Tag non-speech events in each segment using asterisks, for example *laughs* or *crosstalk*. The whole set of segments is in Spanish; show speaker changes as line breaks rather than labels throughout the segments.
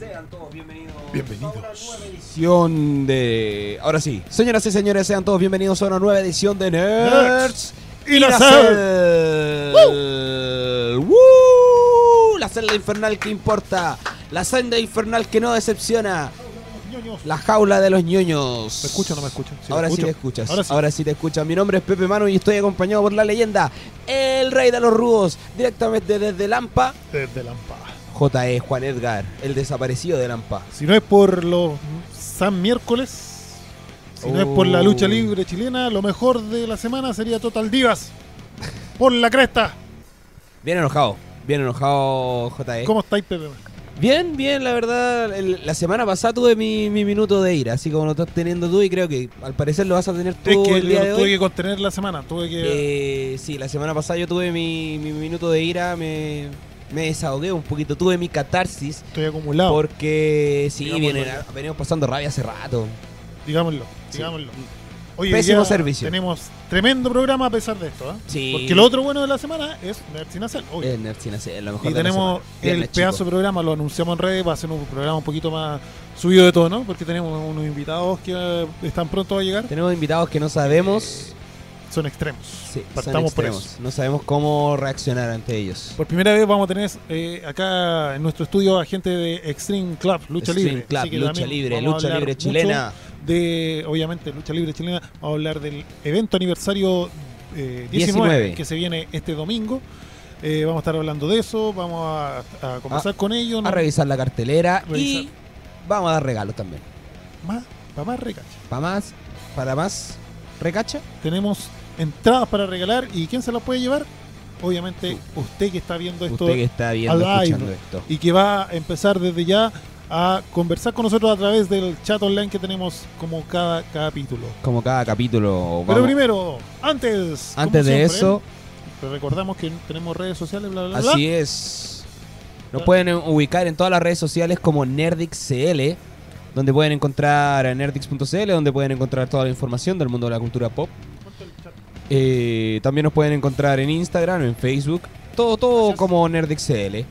Sean todos bienvenidos
Bienvenidos.
a una nueva edición de. Ahora sí, señoras y señores, sean todos bienvenidos a una nueva edición de Nerds
y
la
la
cel- ¡Woo! La celda infernal que importa, la senda infernal que no decepciona, la jaula de los ñoños.
¿Me escucho o no me escucho? Sí, me
ahora sí te
escucho.
escuchas.
Ahora sí.
te escuchas. Mi nombre es Pepe Manu y estoy acompañado por la leyenda, el rey de los rubos, directamente desde Lampa.
Desde Lampa.
J.E. Juan Edgar, el desaparecido de Lampa.
Si no es por los San Miércoles, si no es por la
Oh.
lucha libre chilena, lo mejor de la semana sería Total Divas. Por la cresta.
Bien enojado, bien enojado J.E.
¿Cómo estáis, Pepe?
Bien, bien, la verdad, el- la semana pasada tuve mi, mi minuto de ira, así como lo estás teniendo tú y creo que al parecer lo vas a tener tú
Es que
el día
yo
de
tuve
hoy.
que contener la semana, tuve que...
Eh, sí, la semana pasada yo tuve mi, mi minuto de ira, me, me desahogué un poquito, tuve mi catarsis
estoy acumulado,
porque sí,
Digámoslo
viene-
ya.
venimos pasando rabia hace rato.
digámoslo,
Sí.
digámoslo. Oye,
Pésimo
ya
servicio.
Tenemos tremendo programa a pesar de esto, ¿ah?
Sí.
Porque lo otro bueno de la semana es Nerds sin hacer, obvio.
Eh, Nerds sin hacer, lo mejor
Y
de la
tenemos
semana. eh,
el
Viernes, chico.
pedazo de programa, lo anunciamos en redes, va a ser un programa un poquito más subido de tono, porque tenemos unos invitados que eh, están pronto a llegar,
Tenemos invitados que no sabemos.
son extremos.
Sí, son
Eh, Partamos por
extremos.
eso.
No sabemos cómo reaccionar ante ellos.
Por primera vez vamos a tener eh, acá en nuestro estudio a gente de Extreme Club, Lucha
Stream
Libre.
Club,
Así que
lucha
también
libre,
vamos a
lucha
hablar
libre
mucho
chilena.
De, obviamente, Lucha Libre Chilena. Vamos a hablar del evento aniversario eh, 19,
19.
que se viene este domingo. Eh, vamos a estar hablando de eso, vamos a, a conversar con ellos.
Ah, A revisar la cartelera y
Revisar.
vamos a dar regalos también.
Más, para más recacha.
Para más, para más recacha.
Tenemos entradas para regalar y ¿quién se las puede llevar? Obviamente usted que está viendo esto
Usted que está viendo,
alive.
escuchando esto.
y que va a empezar desde ya a conversar con nosotros a través del chat online que tenemos como cada capítulo.
Como cada capítulo.
Pero
vamos-
primero, antes, como
antes de
siempre,
eso,
te recordamos que tenemos redes sociales, bla, bla, bla.
así es. Nos pueden ubicar en todas las redes sociales como NerdixCL, donde pueden encontrar a nerdix.cl, donde pueden encontrar toda la información del mundo de la cultura pop. Eh, también nos pueden encontrar en Instagram, en Facebook, todo, todo
Gracias.
como NerdXL.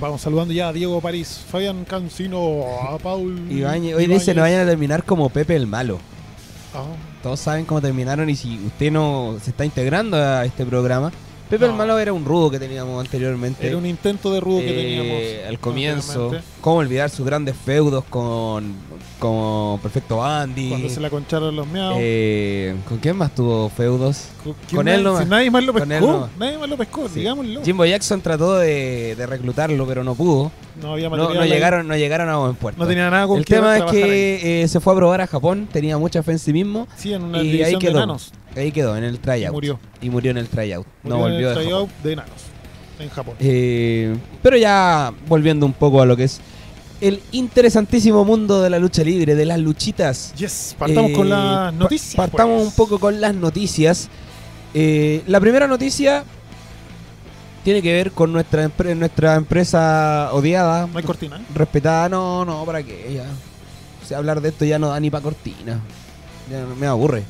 Vamos saludando ya a Diego París, Fabián Cancino, a
*laughs*
Paul.
Mm. Y bañe- hoy dice, no vayan a terminar como Pepe el Malo.
Ah,
Todos saben cómo terminaron y si usted no se está integrando a este programa. Pepe
No.
el Malo era un rudo que teníamos anteriormente.
era un intento de rudo que
Eh,
teníamos.
Al comienzo,
anteriormente,
cómo olvidar sus grandes feudos con, con Perfecto
Cuando se
Andy.
la concharon los meados.
Eh, ¿Con quién más tuvo feudos?
Con-
Con
nadie-
él nomás.
si nadie más lo pescó,
Con él nomás.
nadie más lo pescó,
Sí.
digámoslo.
Jimbo Jackson trató de, de reclutarlo, pero no pudo.
No había
No,
material.
no
ahí.
llegaron, no llegaron a buen puerto.
No tenía nada con
El
qué
tema es
trabajar ahí.
que eh, se fue a probar a Japón, tenía mucha fe en sí mismo.
Sí, en una
y ahí
división de
quedó.
enanos.
Ahí quedó, en el tryout.
Murió.
Y murió en el tryout. No
Murió en
volvió
el
de Japón.
tryout de enanos. En Japón.
Eh, pero ya volviendo un poco a lo que es el interesantísimo mundo de la lucha libre, de las luchitas.
Yes, partamos
Eh,
con las
pa-
noticias.
Partamos
pues.
un poco con las noticias. Eh, la primera noticia tiene que ver con nuestra, empre- nuestra empresa odiada,
No hay cortina. ¿eh?
respetada. No, no, ¿para qué? Ya. O sea, hablar de esto ya no da ni para cortina. Ya me aburre. E.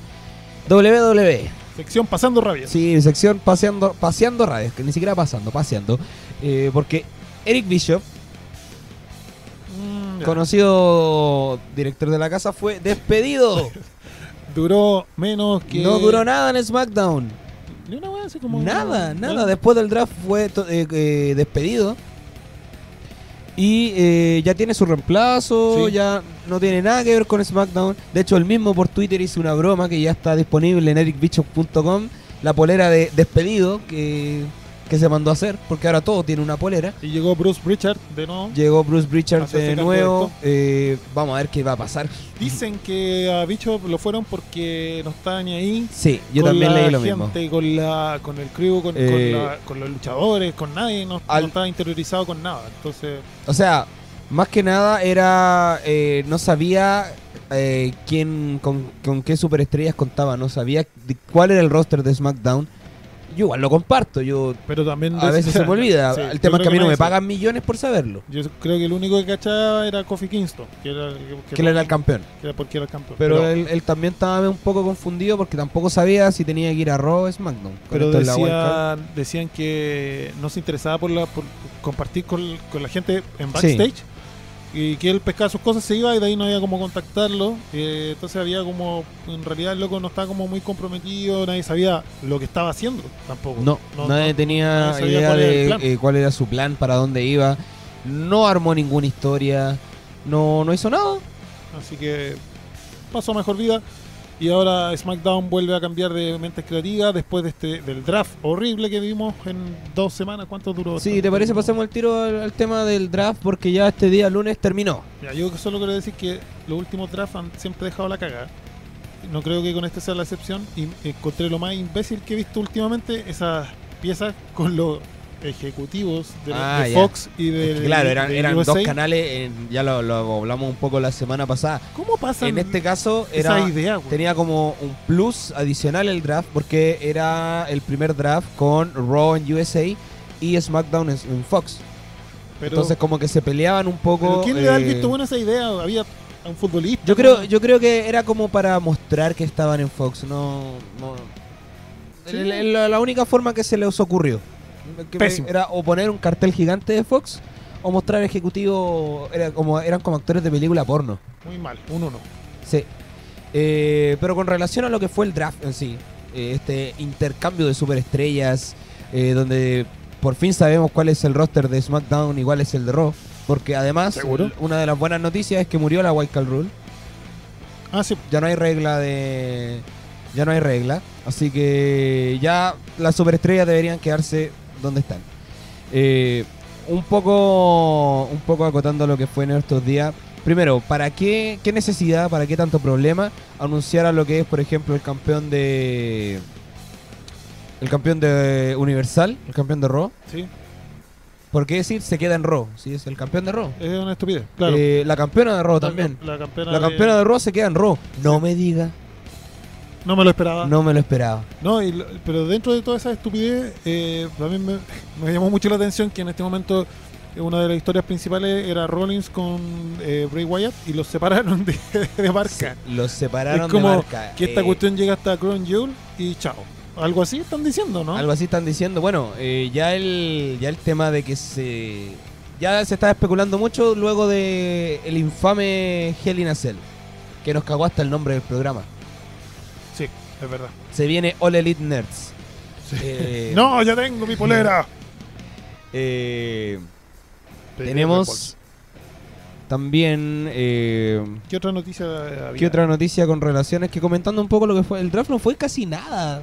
WWE.
Sección pasando rabia.
Sí, sección paseando, paseando radios, que ni siquiera pasando, paseando. Eh, porque Eric Bishop,
Mm, ya.
conocido director de la casa, fue
*laughs*
despedido.
Duró menos que.
No duró nada en SmackDown.
Ni una wea así como.
Nada,
¿no?
nada. Después del draft fue to- eh, eh, despedido. Y eh, ya tiene su reemplazo,
Sí.
ya no tiene nada que ver con SmackDown. De hecho, el mismo por Twitter hizo una broma que ya está disponible en ericbichop.com. La polera de despedido que, que se mandó a hacer, porque ahora todo tiene una polera.
Y llegó Bruce Richard de nuevo.
Llegó Bruce Richards
Hacerse
de
cargo de
nuevo.
esto.
eh, vamos a ver qué va a pasar.
Dicen que a Bicho lo fueron porque no estaba ni ahí.
Sí, yo
con
también
la
leí lo
gente,
mismo.
Con, la, con el crew, con, con
Eh,
la- con los luchadores, con nadie, no, no
al-
estaba interiorizado con nada. Entonces,
O sea, más que nada era. eh, no sabía eh, quién. Con, con qué superestrellas contaba. No sabía de- cuál era el roster de SmackDown. Yo igual lo comparto. Yo
pero también.
a veces se me olvida.
*laughs* Sí,
el
yo
tema es que
creo
a mí no
más
me
eso.
pagan millones por saberlo.
Yo creo que el único que cachaba era Kofi Kingston, que era, que-
Que él era el campeón.
que era porque era el campeón.
Pero, él, él también estaba un poco confundido porque tampoco sabía si tenía que ir a Raw o SmackDown. Con
pero
esto de la wildcard.
decía- decían que no se interesaba por, la, por compartir con, con la gente en backstage y que él pescaba sus cosas, se iba y de ahí no había como contactarlo. eh, entonces había como, en realidad el loco no estaba como muy comprometido, nadie sabía lo que estaba haciendo tampoco.
No, nadie tenía
nadie sabía
idea
cuál era el
de
plan.
eh, cuál era su plan, para dónde iba. No armó ninguna historia. No, no hizo nada.
Así que pasó a mejor vida. Y ahora SmackDown vuelve a cambiar de mentes creativas después de este, del draft horrible que vimos en dos semanas. ¿Cuánto duró?
Sí, ¿te parece? Pasamos el tiro al, al tema del draft porque ya este día lunes terminó.
Ya, yo solo quiero decir que los últimos drafts han siempre dejado la cagada. No creo que con este sea la excepción. Y encontré lo más imbécil que he visto últimamente, esas piezas con los ejecutivos de, la-
Ah,
de
ya.
Fox y de...
claro, eran,
de
eran
USA.
dos canales, en- ya lo, lo hablamos un poco la semana pasada.
¿Cómo pasan
En este caso
esa
era,
idea, güey?
tenía como un plus adicional el draft porque era el primer draft con Raw en USA y SmackDown en, en Fox.
Pero-
Entonces como que se peleaban un poco.
¿Pero ¿Quién le da el
eh,
visto bueno a esa idea? Había a un futbolista.
Yo creo,
¿no?
yo creo que era como para mostrar que estaban en Fox, no, no-
Sí.
El- el- la, la única forma que se les ocurrió que
Pésimo.
era o poner un cartel gigante de Fox o mostrar ejecutivo era como eran como actores de película porno.
Muy mal, un uno.
Sí. Eh, pero con relación a lo que fue el draft en sí, eh, este intercambio de superestrellas, eh, donde por fin sabemos cuál es el roster de SmackDown y cuál es el de Raw, porque además
¿Seguro?
una de las buenas noticias es que murió la White Card Rule
Ah, sí.
ya no hay regla de ya no hay regla así que ya las superestrellas deberían quedarse donde están Eh, un poco un poco acotando lo que fue en estos días primero para qué qué necesidad para qué tanto problema anunciar a lo que es por ejemplo el campeón de el campeón de Universal el campeón de Raw
sí.
por qué decir se queda en Raw si es el campeón de Raw
Es una estupidez. Claro.
Eh, la campeona de Raw también
La, campeona.
la
de-
campeona de Raw se queda en Raw no me diga
No me lo esperaba. No.
no me lo esperaba
y lo- pero dentro de toda esa estupidez, eh, también me, me llamó mucho la atención que en este momento eh, una de las historias principales era Rollins con eh, Bray Wyatt y los separaron de, *laughs* de marca.
Sí, los separaron
es como
de marca.
que esta
Eh,
cuestión llega hasta Crown Jewel y chao. Algo así están diciendo, ¿no?
Algo así están diciendo. Bueno, eh, ya el ya el tema de que se ya se está especulando mucho luego de el infame Hell in a Cell, que nos cagó hasta el nombre del programa.
Sí, es verdad.
Se viene All Elite Nerds.
Sí. *laughs*
Eh,
no, ya tengo mi polera.
eh, tenemos también eh,
¿Qué otra noticia había?
¿Qué otra noticia con relaciones? Que comentando un poco lo que fue el draft, no fue casi nada.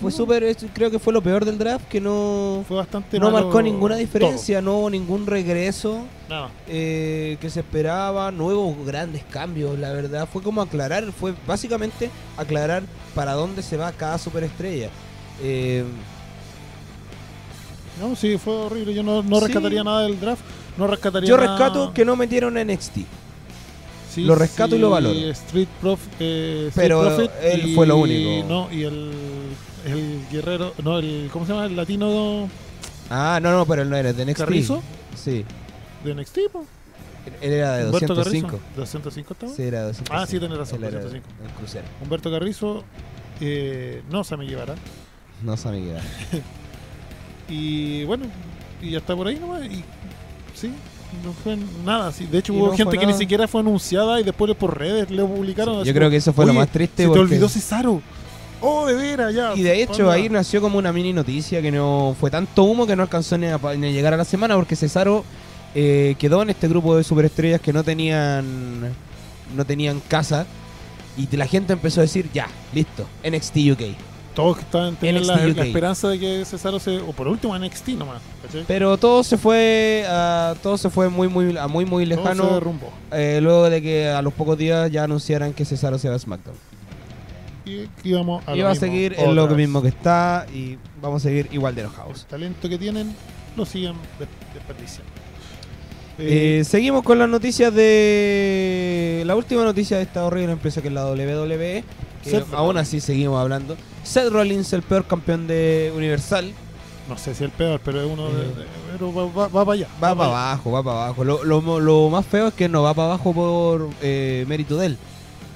Fue
No.
súper, es- creo que fue lo peor del draft, que no,
Fue bastante
no
malo
marcó ninguna
Este todo.
diferencia, no hubo ningún regreso
Nada.
eh, que se esperaba, no hubo grandes cambios, la verdad. Fue como aclarar, fue básicamente aclarar para dónde se va cada superestrella. Eh,
No, sí, fue horrible. Yo no, no
Sí.
rescataría nada del draft. No rescataría
yo
nada-
rescato que no metieron a NXT,
Sí,
lo rescato y lo valoro.
Street Prof, eh, Street
Pero
Profit
él
y-
fue lo único.
No, y el, el guerrero... No, el, ¿Cómo se llama? El latino
Ah, no, no, pero él no era de NXT.
Carrizo
Sí,
de NXT. po.
él era Ah, de
Humberto
205.
Carrizo. 205 estaba.
Sí, era 205.
Ah, sí, tenés razón,
Él era
205.
el crucero.
Humberto Carrizo. Eh, no se me llevará.
No sabía.
Y bueno, y hasta por ahí nomás. Y sí, no fue nada. Sí. De hecho,
Y
hubo
no fue
gente que ni
nada.
siquiera fue anunciada y después por redes lo publicaron. así
Yo creo
como,
que eso fue lo
"Oye,
más triste.
Se te
porque-
olvidó Cesaro. Oh, de veras, ya.
Y de hecho
Onda.
ahí nació como una mini noticia que no fue tanto humo que no alcanzó ni a, pa- ni a llegar a la semana porque Cesaro eh, quedó en este grupo de superestrellas que no tenían no tenían casa y la gente empezó a decir ya listo NXT UK
Todos estaban teniendo la,
NXT
la
UK.
esperanza de que Cesaro se. O por último, NXT nomás. ¿cachai?
pero todo se fue a- todo se fue muy muy a muy muy
Todo
lejano
se derrumbó.
eh, luego de que a los pocos días ya anunciaran que Cesaro se va a SmackDown
Y íbamos a
y
lo
va a
mismo,
seguir
otra
en lo
vez.
mismo que está y vamos a seguir igual de
El
enojados
talento que tienen lo siguen des- desperdiciando. Eh,
Eh, seguimos con las noticias de. La última noticia de esta horrible empresa que es la WWE. Que
Seth
aún
Rollins.
así seguimos hablando. Seth Rollins, el peor campeón de Universal.
no sé si el peor, pero es uno. de-
eh,
de- pero va, va- va para allá.
Va para abajo, va para abajo. Lo, lo mo- lo más feo es que no va para abajo por eh, mérito de él.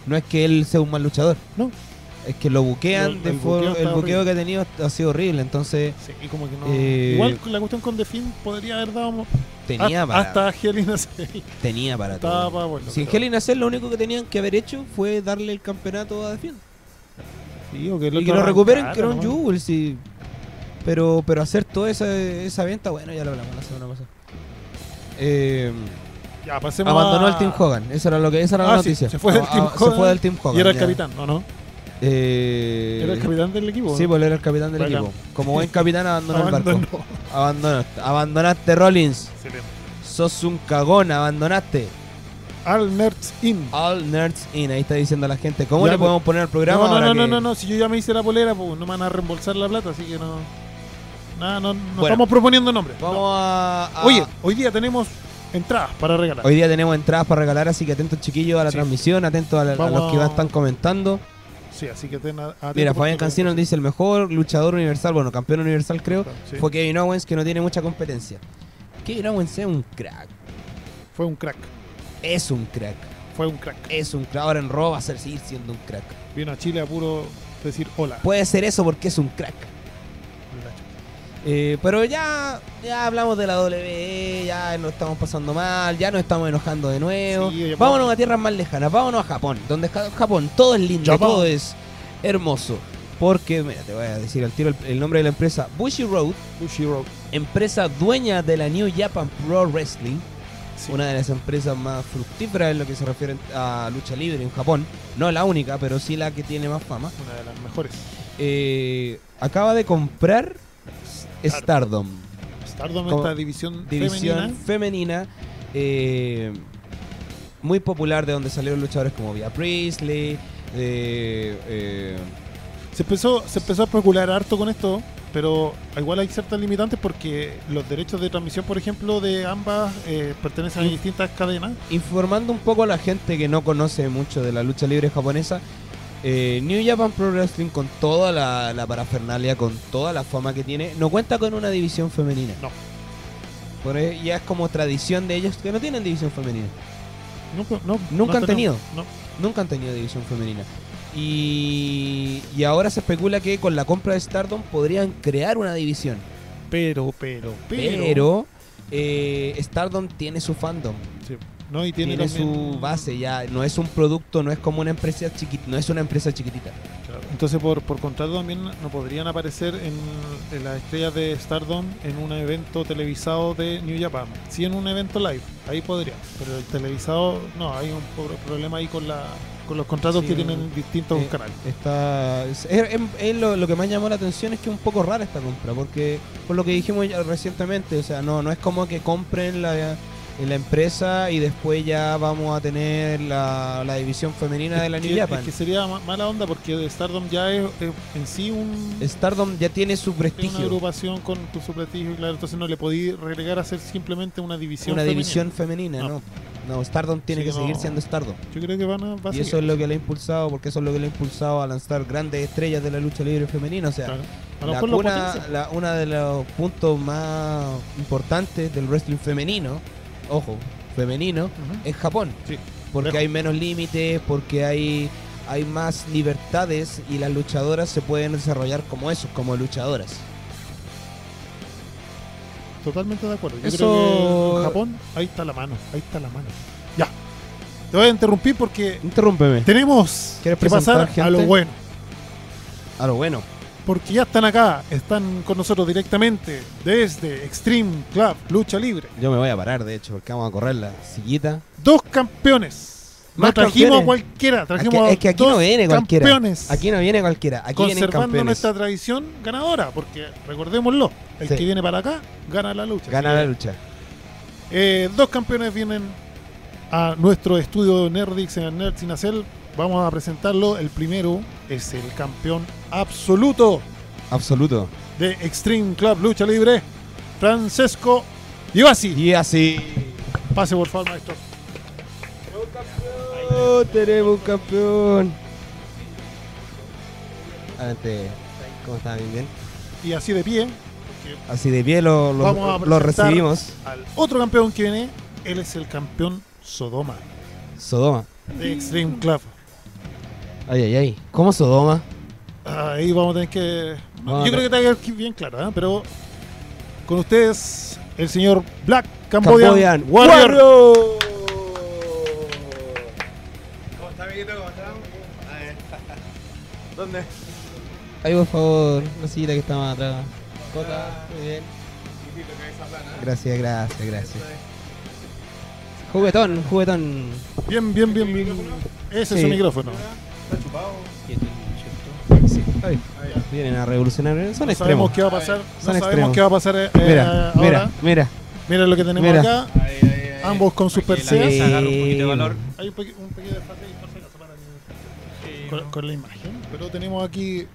No es que él sea un mal luchador.
No.
Es que lo buquean.
El-
de
el
for-
buqueo
el
está
buqueo, que ha tenido ha sido horrible. Entonces,
Sí, y como que no.
Eh,
Igual con la cuestión con The Finn podría haber dado mo-
Tenía
Hasta-
para-
Hasta Angelina Cell.
Tenía para
Estaba
todo.
para bueno,
Sin
pero-
Hell in a Cell lo único que tenían que haber hecho fue darle el campeonato a Defiant.
Sí, o que el
Y
otro Ah,
que lo recuperen
arrancara
Crown
nomás.
Jewel, sí. Pero, pero hacer toda esa, esa venta, bueno, ya lo hablamos la semana pasada. Eh,
Ya, pasemos
abandonó
a-
el Team Hogan, esa era, lo que, esa era
Ah,
la
sí,
noticia.
se fue del
Ah,
Team
ah, se
Hogan
fue del Team Hogan,
Y era el
ya.
capitán, ¿o no?
Eh,
Era el capitán del equipo.
Sí,
¿no?
pues él era el capitán del
Bacán.
equipo. Como
*laughs*
buen capitán abandonó, el barco.
Abandonó.
Abandonaste, abandonaste Rollins.
Excelente.
Sos un cagón, abandonaste.
Al Nerds In.
All Nerds In, ahí está diciendo la gente. ¿Cómo
Ya,
le
pues.
podemos poner al programa?
No, no,
ahora
no, no,
que-
no, no, si yo ya me hice la polera, pues no me van a reembolsar la plata, así que no. Nada, no, no
Bueno.
estamos proponiendo nombres.
Vamos
no.
a, a-
Oye, hoy día tenemos entradas para regalar.
Hoy día tenemos entradas para regalar, así que atentos chiquillos a la
Sí.
transmisión, atentos a, la- a
Vamos
los que
a-
van- están comentando.
Sí, así que ten a- atento
Mira,
porque-
Fabián Cancino nos dice el mejor luchador universal, bueno, campeón universal creo,
Ah, Sí,
fue Kevin Owens que no tiene mucha competencia. Kevin Owens es un crack,
Fue un crack,
es un crack,
fue un crack.
es un crack. Ahora en Raw va a ser- seguir siendo un crack.
Vino a Chile a puro decir hola.
Puede ser eso porque es un crack. Eh, pero ya, ya hablamos de la WWE, ya nos estamos pasando mal, ya nos estamos enojando de nuevo.
Sí, ya
vámonos
podemos-
a tierras más lejanas, vámonos a Japón, donde Ja- Japón todo es lindo,
Japón.
todo es hermoso. Porque, mira, te voy a decir al tiro el, el nombre de la empresa, Bushi Road,
Bushiro.
empresa dueña de la New Japan Pro Wrestling,
Sí.
una de las empresas más fructíferas en lo que se refiere a lucha libre en Japón. No la única, pero sí la que tiene más fama.
Una de las mejores.
Eh, acaba de comprar Stardom.
Stardom,
Como
esta división,
división
femenina.
femenina, eh, muy popular de donde salieron luchadores como Via Priestley, eh, eh,
Se empezó, se empezó a especular harto con esto, pero igual hay ciertas limitantes porque los derechos de transmisión, por ejemplo, de ambas eh, pertenecen a
Sí.
distintas cadenas.
informando un poco a la gente que no conoce mucho de la lucha libre japonesa. eh, New Japan Pro Wrestling con toda la, la parafernalia, con toda la fama que tiene, no cuenta con una división femenina.
No.
Por ahí ya es como tradición de ellos que no tienen división femenina.
Nunca, no,
Nunca
no
han
tenemos, No.
nunca han tenido división femenina. Y, y ahora se especula que con la compra de Stardom podrían crear una división.
Pero, pero, pero.
Pero, eh, Stardom tiene su fandom,
Sí. No, y tiene,
tiene,
también-
su base ya. No es un producto, no es como una empresa chiquita, no es una empresa chiquitita.
Claro. Entonces, por, por contrato también no podrían aparecer en, en las estrellas de Stardom en un evento televisado de New Japan. Sí, en un evento live, ahí podría. Pero el televisado, no, hay un pro- problema ahí con, la, con los contratos
Sí,
que
no.
tienen distintos
Eh,
canales.
Está, es, es- es lo, lo que más llamó la atención es que es un poco rara esta compra, porque por lo que dijimos ya recientemente, o sea, no, no es como que compren la, la empresa y después ya vamos a tener la, la división femenina de la New
que,
Japan.
es que sería ma- mala onda porque Stardom ya es, es en sí un, es
Stardom ya tiene su
una
prestigio,
agrupación con, con su prestigio, claro. Entonces no le podí relegar a ser simplemente una división.
una
femenina.
división femenina,
No.
no. No, Stardom tiene
Sí,
que seguir
no.
siendo Stardom.
Yo creo que van a. va a
Y eso
seguir.
es lo que le ha impulsado, porque eso es lo que le ha impulsado a lanzar grandes estrellas de la lucha libre femenina. O sea,
Claro. A lo
la
mejor lo
cuna,
potencian.
la- una de los puntos más importantes del wrestling femenino, ojo, femenino,
Ujú.
es Japón.
Sí,
porque
lejos.
hay menos límites, porque hay, hay más libertades y las luchadoras se pueden desarrollar como eso, como luchadoras.
Totalmente de acuerdo. Yo
Eso-
creo que en Japón, ahí está la mano, ahí está la mano. Ya. Te voy a interrumpir porque
Interrúmpeme.
tenemos que
¿Quieres
pasar
presentar gente?
a lo bueno.
A Ah, lo bueno.
Porque ya están acá, están con nosotros directamente desde Extreme Club Lucha Libre.
Yo me voy a parar, de hecho, porque vamos a correr la sillita.
Dos campeones. No
Más
trajimos
campeones.
a cualquiera, trajimos
es que,
a
es que aquí
dos
no viene cualquiera.
campeones.
Aquí no viene cualquiera. Aquí vienen
conservando
campeones.
nuestra tradición ganadora, porque recordémoslo, el
Sí.
que viene para acá gana la lucha.
Gana
Así
la
que-
lucha.
Eh, dos campeones vienen a nuestro estudio Nerdix en Nerds sin Acel. Vamos a presentarlo. El primero es el campeón absoluto
Absoluto.
de Extreme Club Lucha Libre, Francesco Ivasi.
Y así.
Pase por favor, maestro.
Oh, tenemos un campeón. Adelante. ¿Cómo están? ¿Bien? bien?
Y así de pie,
Así de pie lo, lo-
Vamos a
lo
presentar-
recibimos.
al otro campeón que viene, él es el campeón Sodoma
Sodoma.
de Extreme Club.
Ay, ay, ay. ¿Cómo Sodoma?
Ahí vamos a tener que.
Vamos a
Yo
ver.
creo que te va a quedar bien claro, ¿eh? pero con ustedes, el señor Black Cambodian,
Cambodian
Warrior.
Warrior.
¿Cómo está, amiguito? ¿Cómo está? A ver. ¿Dónde?
Ahí por favor, la sillita que está más atrás. Cota, muy bien.
Chiquito, cabeza plana.
Gracias, gracias, gracias. Juguetón, juguetón.
Bien, bien, bien, bien. Ese es
Sí.
su micrófono.
Está chupado.
Sí. Ay, vienen a revolucionar. ¿eh? Son
No
extremos.
sabemos qué va a
Son
pasar. no sabemos
extremos.
qué va a pasar eh,
Mira,
ahora.
mira, mira.
Mira lo que tenemos
Mira.
acá.
Ahí, ahí, ahí.
Ambos con sus
Para que la
perseas.
mesa agarre un poquito de valor.
Hay un, peque- un pequeño desfase ahí, por si acaso, para que-
Sí,
con,
no.
con la imagen. Pero tenemos aquí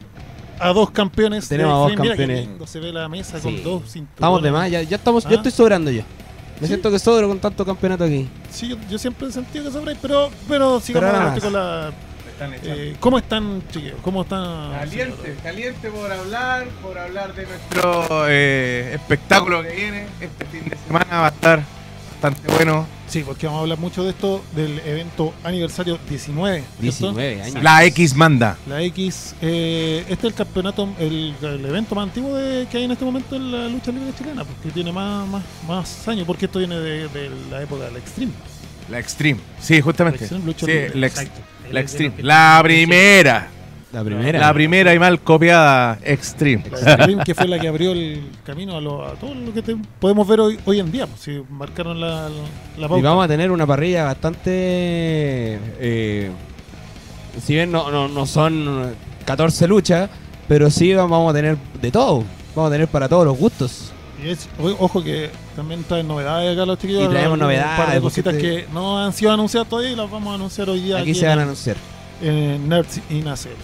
a dos campeones. de
Tenemos a dos
Extreme. Mira qué
campeones.
lindo se ve la mesa
Sí.
con dos cinturones.
Vamos de más, ya, ya estamos,
Ah.
yo estoy sobrando yo. Me
Sí.
siento que sobro con tanto campeonato aquí.
Sí, yo, yo siempre he sentido que sobráis, pero, pero sigamos
nada
adelante
más.
con la.
Me están echando.
eh, ¿Cómo están, chiquillos? ¿Cómo están?
Caliente, caliente por hablar, por hablar de nuestro eh, espectáculo que viene. Este fin de semana va a estar bastante bueno.
Sí, porque vamos a hablar mucho de esto del evento aniversario 19. ¿cierto?
19 años.
La X manda.
La X, eh, este es el campeonato, el, el evento más antiguo de- que hay en este momento en la lucha libre chilena, porque tiene más, más, más años, porque esto viene de, de la época del Extreme.
La Extreme. Sí,
La
justamente.
Extreme lucha
Sí,
libre.
la, ex-
Exacto.
la Extreme. La primera.
La primera.
La primera y mal copiada Extreme.
La Extreme que fue la que abrió el camino a, lo- a todo lo que te- podemos ver hoy, hoy en día, pues, si marcaron la, la
Y
pauta.
vamos a tener una parrilla bastante. eh, si bien no, no, no son 14 luchas, pero sí vamos a tener de todo. Vamos a tener para todos los gustos.
Y es- o- ojo que también traen novedades acá los chiquillos.
Y traemos
un par
novedades,
de
porque
cositas
este-
que no han sido anunciadas todavía y las vamos a anunciar hoy día.
Aquí
aquí
se
en-
van a anunciar.
en Nerds y Nacer.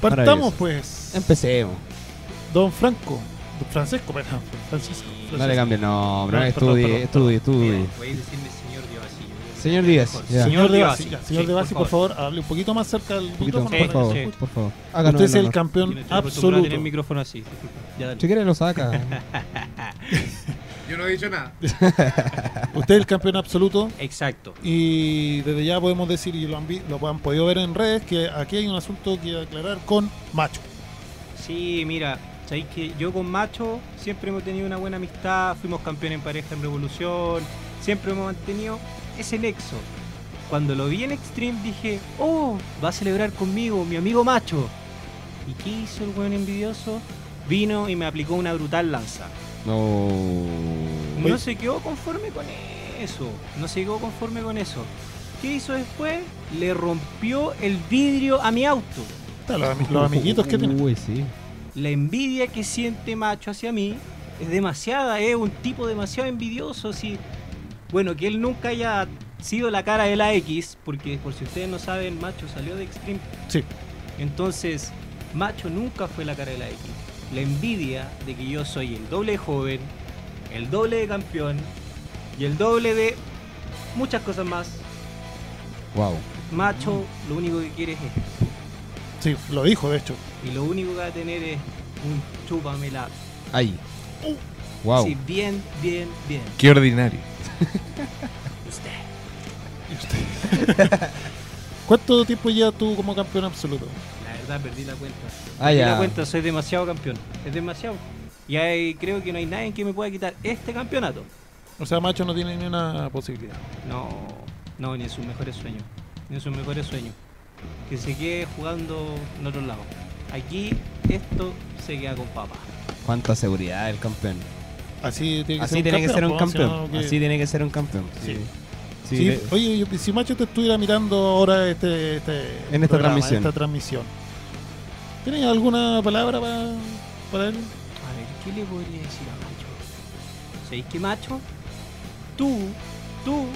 Partamos
Maravilloso.
pues.
Empecemos.
Don Franco. Don Francisco, perdón. Francisco.
No le
Francisco.
cambie el nombre.
Perdón, perdón,
Estudie,
perdón,
estudie, estudie.
Podéis decirme señor Diovasi.
Señor Díaz. ya.
Señor
Señor de
De
Basi,
Basi,
ya, señor
sí,
de
por
Basi, por favor, hable un poquito más cerca del
Un poquito,
micrófono.
sí,
por
para
favor,
sí.
por favor.
que-
Háganos
Usted es
el
el
honor.
Yo
campeón
no estoy acostumbrado a
absoluto.
tener el micrófono así. Ya dale.
Si quiere lo saca.
Yo no he dicho nada.
Usted es el campeón absoluto.
Exacto.
Y desde ya podemos decir, y lo han, vi- lo han podido ver en redes, que aquí hay un asunto que aclarar con Macho.
Sí, mira, sabéis que yo con Macho siempre hemos tenido una buena amistad, fuimos campeones en pareja en Revolución, siempre hemos mantenido ese nexo. Cuando lo vi en Extreme dije, oh, va a celebrar conmigo mi amigo Macho. ¿Y qué hizo el weón envidioso? Vino y me aplicó una brutal lanza.
No.
No se quedó conforme con eso. No se quedó conforme con eso. ¿Qué hizo después? Le rompió el vidrio a mi auto.
Está, Los, ami- los amiguitos que tienen.
Uy, sí.
La envidia que siente Macho hacia mí es demasiada. Es un tipo demasiado envidioso. Si, bueno, que él nunca haya sido la cara de la X, porque por si ustedes no saben, Macho salió de Extreme.
Sí.
Entonces, Macho nunca fue la cara de la X. La envidia de que yo soy el doble de joven, el doble de campeón y el doble de muchas cosas más.
Wow.
Macho lo único que quiere es esto.
Sí, lo dijo, de hecho.
Y lo único que va a tener es un chúpamela.
Ahí. Wow.
Sí, bien, bien, bien.
Qué ordinario.
Usted.
¿Cuánto tiempo llevas tú como campeón absoluto?
La verdad, perdí la cuenta.
Ah,
Perdí
ya.
la cuenta, soy demasiado campeón. Es demasiado. Y hay- creo que no hay nadie que me pueda quitar este campeonato.
O sea, Macho no tiene ni una posibilidad.
No, no, ni en sus mejores sueños. Ni en sus mejores sueños. Que se quede jugando en otro lado. Aquí, esto se queda con papá.
Cuánta seguridad el campeón.
Así tiene que
Así tiene que ser un
po, pues, si no,
campeón.
que-
Así tiene que ser un campeón.
Sí.
Sí,
Sí,
le-
Oye, yo- si Macho te estuviera mirando ahora este, este
En esta transmisión.
esta transmisión, ¿tienes alguna palabra para, para él?
A ver, ¿qué le podría decir a Macho? ¿Sabéis que Macho? Tú, tú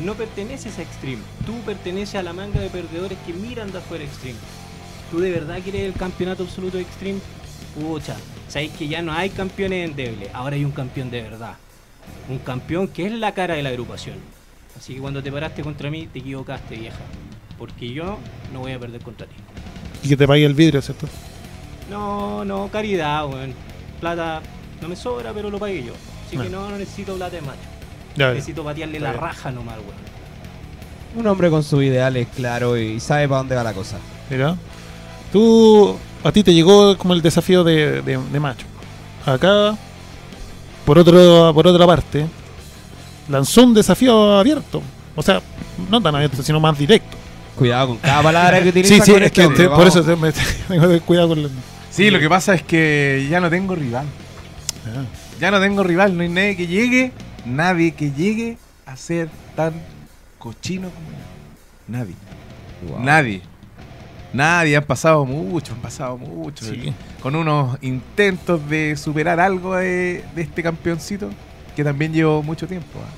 no perteneces a Extreme. Tú perteneces a la manga de perdedores que miran de afuera Extreme. ¿Tú de verdad quieres el campeonato absoluto de Extreme? Pucha, sabéis que ya no hay campeones endebles. Ahora hay un campeón de verdad. Un campeón que es la cara de la agrupación. Así que cuando te paraste contra mí, te equivocaste, vieja. Porque yo no voy a perder contra ti.
Y que te pague el vidrio, ¿cierto?
No, no, caridad, weón. Plata no me sobra, pero lo pagué yo. Así que
Ah.
no, no necesito plata de macho.
Ya, ya.
Necesito patearle la
Está bien.
raja nomás, weón.
Un hombre con sus ideales claro y sabe para dónde va la cosa.
Mira. Tú, a ti te llegó como el desafío de, de- de Macho. Acá por, otro, por otra parte, lanzó un desafío abierto. O sea, no tan abierto, sino más directo.
Cuidado con cada palabra que utiliza.
Sí, sí,
con
es
este
que
hombre,
te- por
vamos.
eso te- me, *laughs* tengo que tener cuidado con los...
Sí, lo que pasa es que ya no tengo rival.
Ah.
Ya no tengo rival, no hay nadie que llegue, nadie que llegue a ser tan cochino como él. Nadie.
Wow.
Nadie. Nadie, han pasado mucho, han pasado mucho.
Sí.
Con unos intentos de superar algo de, de este campeoncito que también llevo mucho tiempo. ¿ah?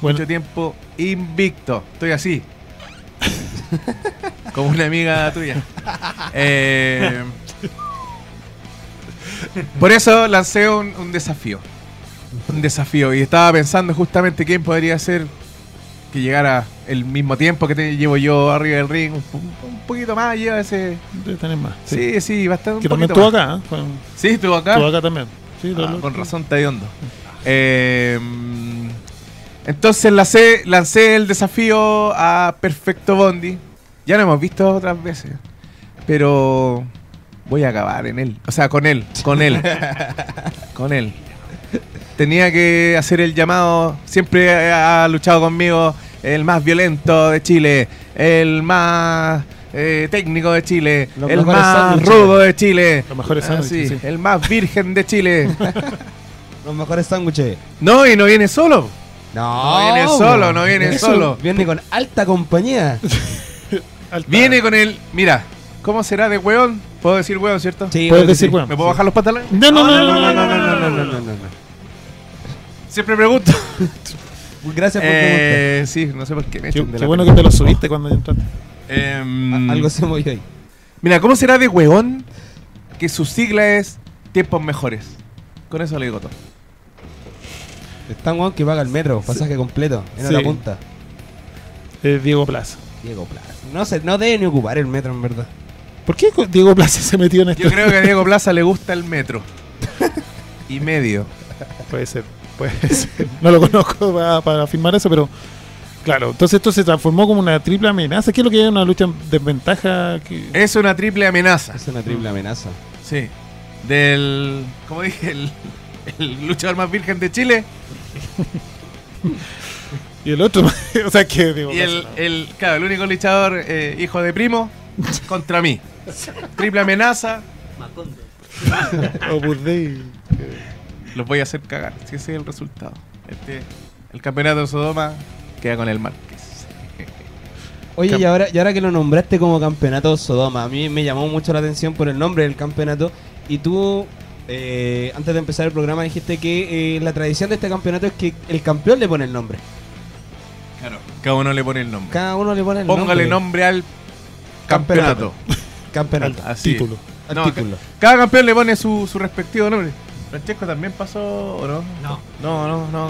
Bueno,
Mucho tiempo invicto. Estoy así. *laughs* Como una amiga tuya. Eh, por eso lancé un, un desafío. Un desafío. Y estaba pensando justamente quién podría ser que llegara el mismo tiempo que te- llevo yo arriba del ring. Un, po- un poquito más lleva ese.
debe tener más. sí.
Sí, sí, bastante.
Que
un
también
poquito
estuvo
más.
acá, ¿eh? Fue-
Sí, estuvo acá.
estuvo acá también. Sí,
Ah,
lo- lo-
con razón está hediondo. Eh, entonces lancé, lancé el desafío a Perfecto Bondi. Ya lo hemos visto otras veces. Pero voy a acabar en él. O sea, con él. Con
*laughs*
él. con él. Tenía que hacer el llamado. Siempre ha luchado conmigo el más violento de Chile. El más eh, técnico de Chile.
Los
el
mejores
más
sándwiches.
rudo de Chile.
Los mejores
Ah,
sándwiches,
sí,
sí.
El más virgen
*laughs*
de Chile.
Los mejores sándwiches.
No, y no viene solo.
No,
No viene
bro.
solo, no viene
Eso,
solo.
Viene con alta compañía.
alta-
Viene con el. Mira, ¿cómo será de weón? Puedo decir weón, ¿cierto?
Sí,
Puedes
sí,
decir,
sí.
weón.
¿Me puedo bajar los pantalones?
No, no, no, no, no, no, no, no,
No, no, no, no, no.
Siempre pregunto.
Gracias por preguntar.
Eh, sí, no sé por qué me
Qué,
echan de
qué
la
bueno que
pena.
te lo subiste cuando ya entraste.
Em,
A- Algo se movió ahí.
Mira, ¿cómo será de weón que su sigla es tiempos mejores? Con eso le digo todo.
Es tan guau que paga el metro, pasaje completo, en
Sí.
la punta.
Eh, Diego Plaza.
Diego Plaza. No sé, no debe ni ocupar el metro en verdad.
¿Por qué co- Diego Plaza se metió en esto?
Yo creo que a Diego Plaza le gusta el metro. Y medio.
Puede ser, puede *laughs* ser. No lo conozco para, para afirmar eso, pero claro, entonces esto se transformó como una triple amenaza. ¿Qué es lo que es una lucha en desventaja? que-
Es una triple amenaza.
Es una triple amenaza.
Sí. Del. Como dije, el, el luchador más virgen de Chile.
Y el otro, *laughs* o sea, que Diego
Y el,
Plaza,
el, claro, el único luchador eh, hijo de primo contra mí. Triple amenaza.
Macondo.
no? Opus Dei.
Los voy a hacer cagar. Si ese es el resultado. Este, el campeonato de Sodoma queda con el Márquez.
Oye,
Cam-
y ahora, y ahora que lo nombraste como campeonato Sodoma, a mí me llamó mucho la atención por el nombre del campeonato. Y tú, eh, antes de empezar el programa, dijiste que eh, la tradición de este campeonato es que el campeón le pone el nombre.
Claro. Cada uno le pone el nombre.
Cada uno le pone el
Póngale
nombre.
nombre al campeonato.
Campeonato.
Al
*laughs* Así.
título.
al
No,
título.
ca- cada campeón le pone su, su respectivo nombre. Francesco también pasó, ¿o no?
No.
No, no, no.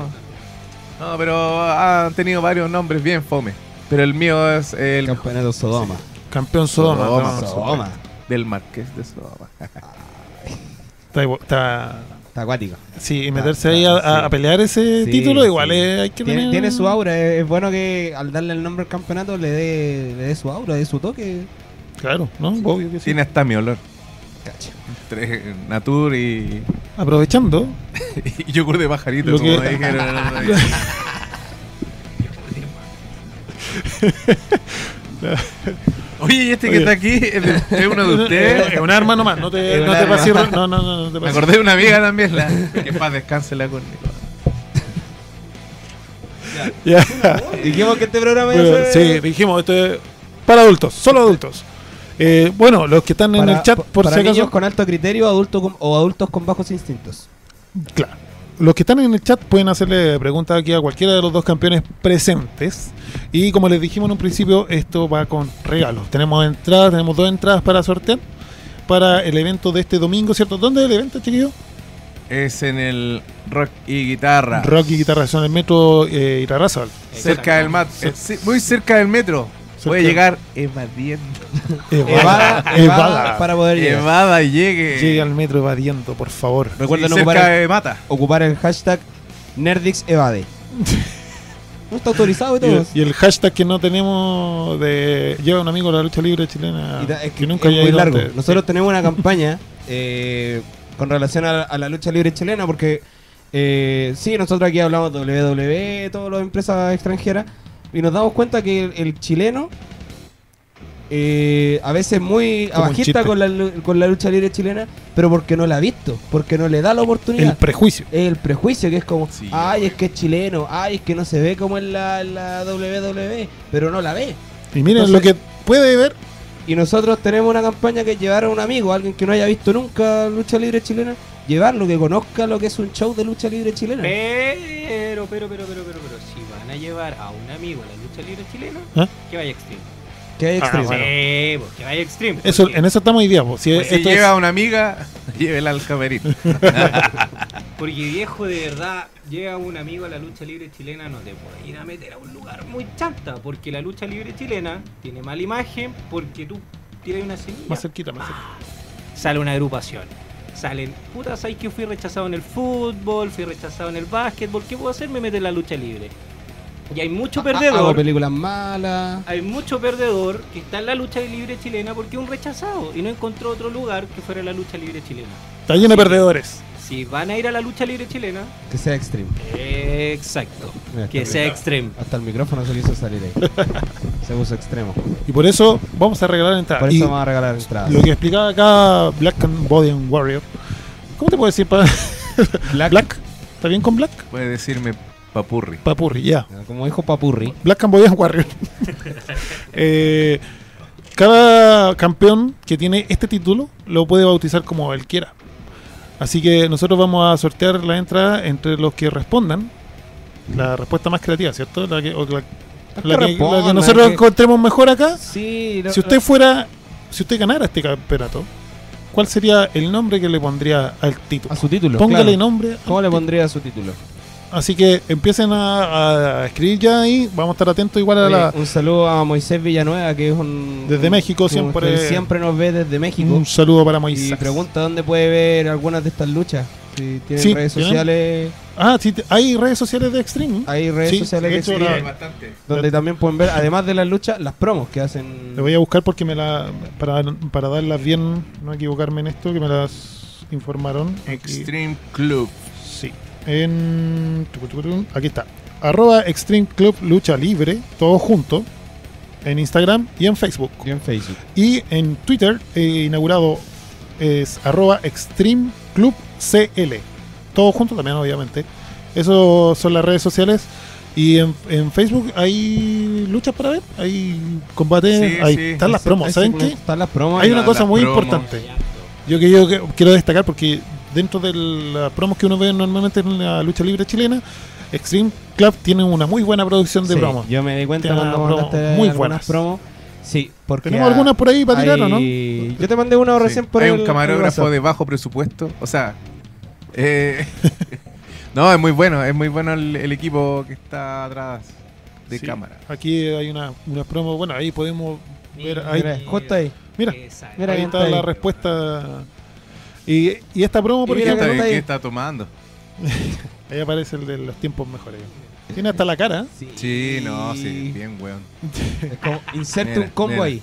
No, pero han tenido varios nombres bien fome. Pero el mío es el
Campeonato Sodoma.
Campeón Sodoma.
Sodoma,
no,
Sodoma.
del Marqués de Sodoma.
Está, igual- está-
Está acuático.
sí, y
Ah,
meterse
ah,
ahí a, a-
sí.
a pelear ese
Sí,
título, igual
sí.
es- hay que
Tiene,
tener-
tiene su aura. eh, Es, es bueno que al darle el nombre al campeonato le dé le dé su aura, dé su toque.
Claro, ¿no? Obvio que sí.
Tiene hasta mi olor.
Cacha.
Entre Natur y,
Aprovechando,
y yogur de pajarito,
Lo
como
que-
dijeron el otro día. Oye, ¿y este
Oye.
que está aquí es, de- es uno
*laughs*
de
es
ustedes.
un arma nomás, no te,
Es un
no te
arma.
pases- No, no, no, no te
Me
pases.
acordé de una amiga también. La, que en paz descanse la con
Ya. *laughs*
Dijimos que este programa iba a
Bueno, sí,
ser-
dijimos, esto es para adultos, solo adultos. Eh, bueno, los que están en el chat, por
para
si
niños
acaso.
con alto criterio adulto con- o adultos con bajos
*laughs*
instintos.
Claro. Los que están en el chat pueden hacerle preguntas aquí a cualquiera de los dos campeones presentes. Y como les dijimos en un principio, esto va con regalos. Tenemos entradas, tenemos dos entradas para sortear para el evento de este domingo, ¿cierto? ¿Dónde es el evento, chiquillo?
Es en el rock y guitarra.
Rock y guitarra son el metro eh, Irarrázaval.
Cerca del mat,
Cer-
eh, sí, muy cerca del metro. Voy a
Cerca.
llegar evadiendo.
Evada,
Evada,
evada.
evada para poder llegar.
Evada y llegue.
Llega al metro evadiendo, por favor.
Recuerden
Sí,
ocupar
cerca
el-
de Mata.
Ocupar el hashtag
*laughs*
NerdixEvade. no está autorizado y
Y el,
todo.
y el hashtag que no tenemos de lleva un amigo a la lucha libre chilena
Y da- es que
que Ah, nunca
es
haya
muy
ido
largo. *laughs*
antes.
Nosotros tenemos una campaña eh, con relación a, a la lucha libre chilena porque Eh, sí, nosotros aquí hablamos WWE, E, todas las empresas extranjeras, y nos damos cuenta que el, el chileno, eh, a veces muy
Como un
abajista
chiste.
con la, lu- con la lucha libre chilena, pero porque no la ha visto, porque no le da la oportunidad.
El prejuicio.
Es el prejuicio que es como,
Sí,
ay, es que es chileno, ay, es que no se ve como en la, en la WWE, pero no la ve.
Y miren
Entonces-
lo que puede ver.
Y nosotros tenemos una campaña que es llevar a un amigo, alguien que no haya visto nunca lucha libre chilena, llevarlo, que conozca lo que es un show de lucha libre chilena.
Pero, pero, pero, pero, pero, pero, si van a llevar a un amigo a la lucha libre chilena,
¿Ah?
que vaya a Extreme.
Que hay extremo.
bueno.
Sí, pues, que vaya a Extreme.
Eso,
porque,
en eso estamos hoy día, po. Si
Pues si
Eh, esto es-
lleva a una amiga, *laughs* llévela al camerino.
porque viejo, de verdad, llega un amigo a la lucha libre chilena, no te puede ir a meter a un lugar muy chanta, porque la lucha libre chilena tiene mala imagen, porque tú tiras una semilla.
más cerquita, más cerquita.
sale una agrupación. Salen, puta, ¿sabes que fui rechazado en el fútbol? Fui rechazado en el básquetbol. ¿Qué puedo hacer? Me meto en la lucha libre. Y hay mucho
Hago
perdedor.
películas malas.
Hay mucho perdedor que está en la lucha libre chilena porque es un rechazado y no encontró otro lugar que fuera la lucha libre chilena.
Está lleno de perdedores.
Si van a ir a la lucha libre chilena,
Que sea extreme.
exacto,
Mira,
que
está
sea
bien.
extreme.
Hasta el micrófono se quiso salir
*laughs*
ahí. se puso extremo.
Y por eso vamos a regalar entradas.
Por
Y
eso vamos a regalar entradas.
lo que explicaba acá Black and Body and Warrior. ¿Cómo te puedo decir? pa- *laughs* Black. ¿Está bien con Black?
Puede decirme papurri.
Papurri, ya.
Como dijo Papurri.
Black and Body and Warrior. *laughs* Eh, cada campeón que tiene este título lo puede bautizar como él quiera. Así que nosotros vamos a sortear la entrada entre los que respondan. La respuesta más creativa, ¿cierto? La que, o la-
Es
la que- la que
respondan,
nosotros
que-
encontremos mejor acá.
Sí, lo-
Si usted fuera, si usted ganara este campeonato, ¿cuál sería el nombre que le pondría al título?
a su título.
Póngale
claro.
nombre. al
¿Cómo le
título.
pondría a su título?
Así que empiecen a, a escribir ya ahí. Vamos a estar atentos igual a
Oye,
la,
un saludo a Moisés Villanueva, que es un.
Desde
un-
México,
un-
siempre-
que siempre nos ve desde México.
Un saludo para
y
Moisés.
pregunta dónde puede ver algunas de estas luchas. Si tienen
Sí,
redes
¿tienen?
sociales,
Ah, sí, te- hay redes sociales de Extreme. ¿eh?
hay redes
Sí,
sociales
de
que
hecho,
existen,
la-
bastante.
donde también pueden ver, además de las luchas, las promos que hacen.
Le voy a buscar porque me la. Para, para darlas bien, no equivocarme en esto, que me las informaron. Aquí.
Extreme Club.
Sí. En. Aquí está. Arroba Extreme Club Lucha Libre, todo junto. En Instagram y en Facebook.
Y en Facebook.
Y en Twitter, eh, inaugurado es arroba Extreme Club CL. Todo junto también, obviamente. Eso son las redes sociales. Y en, en Facebook hay luchas para ver, hay combates,
Sí,
hay,
sí.
están las promos.
Ahí
¿Saben
se-
qué?
Están las promos.
Hay
y-
una
la-
cosa
las
muy
promos.
importante. Yo que yo que- quiero destacar porque dentro de las promos que uno ve normalmente en la lucha libre chilena, Extreme Club tiene una muy buena producción de
Sí,
promos.
Yo me di cuenta
Tiene
cuando
una promo
mandaste
muy
algunas
buenas.
promos. Sí, porque.
¿Tenemos
ah,
alguna por ahí para tirar o no?
hay- Yo te mandé una
Sí.
recién por
Hay
el-
un
el
camarógrafo
WhatsApp.
de bajo presupuesto. O sea, eh, *laughs* no, es muy bueno. Es muy bueno el, el equipo que está atrás de
Sí.
cámara.
Aquí hay una, una promo, bueno, ahí podemos ver.
Mira.
ahí-
Mira, justo ahí.
mira,
Esa es.
Mira,
ahí
que
está
está
la
ahí.
respuesta. Y, y esta promo, por
Y
¿Qué
mira que
ejemplo,
está,
no está ahí.
qué está tomando?
ahí aparece el de los tiempos mejores. Tiene hasta la cara,
Sí, no, sí, bien, weón.
Es como, inserte
Mira,
un combo
mira.
ahí.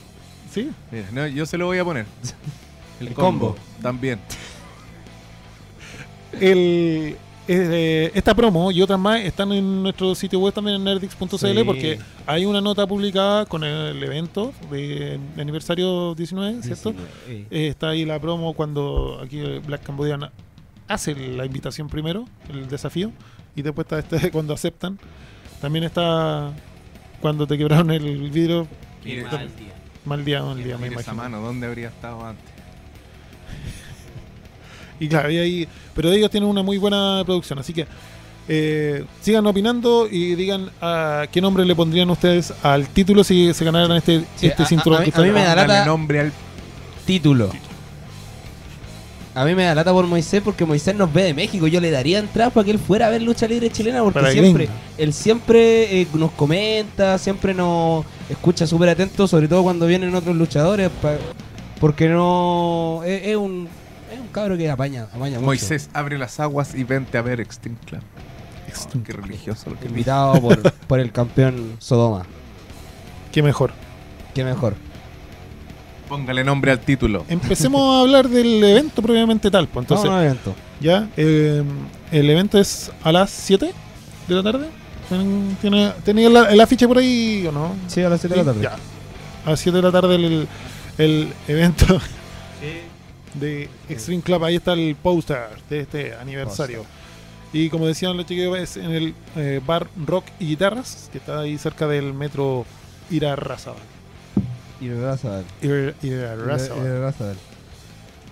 ¿sí?
Mira, no, yo se lo voy a poner.
El combo.
También.
El, eh, esta promo y otras más están en nuestro sitio web también en nerdix.cl
Sí.
porque hay una nota publicada con el evento de aniversario 19, ¿cierto?
Sí.
Eh, está ahí la promo cuando aquí el Black Cambodian hace la invitación primero, el desafío, y después está este *laughs* cuando aceptan. También está cuando te quebraron el vidrio,
Qué
Mira,
mal día.
mal día, mal día, me
Mira esa
imagino.
mano, ¿dónde habría estado antes?
Y claro, y ahí, pero ellos tienen una muy buena producción, así que eh, sigan opinando y digan a qué nombre le pondrían ustedes al título si se ganaran este,
Sí,
este
a- a-
cinturón.
a mí-
que
a mí me
está-
da
Dale
lata.
nombre al
Título. A mí me da lata por Moisés porque Moisés nos ve de México. Yo le daría entrada para que él fuera a ver lucha libre chilena porque
Para que
siempre,
venga.
él siempre eh, nos comenta, siempre nos escucha súper atento, sobre todo cuando vienen otros luchadores. pa- porque no. e-, Es, es un. Es un cabro que apaña, apaña mucho.
Moisés abre las aguas y vente a ver Extreme Club.
Extreme
qué religioso lo que dice.
Invitado
*laughs*
por, por el campeón Sodoma.
Qué mejor.
Qué mejor.
Póngale nombre al título.
Empecemos a hablar del evento propiamente tal. Pues, entonces,
Vamos a un evento.
ya, eh, el evento es a las 7 de la tarde. ¿Tienen- ¿Tiene, ¿tenía la- el afiche por ahí o no?
Sí, a las 7 de la tarde.
Ya. A las 7 de la tarde el, el evento *laughs* de Extreme Club. Ahí está el póster de este aniversario. Y como decían los chiquillos, es en el eh, bar Rock y Guitarras, que está ahí cerca del metro Irarrázaval.
Y lo vas a ver.
Ir-
Y
Irarrázaval.
lo vas a ver.
Eh,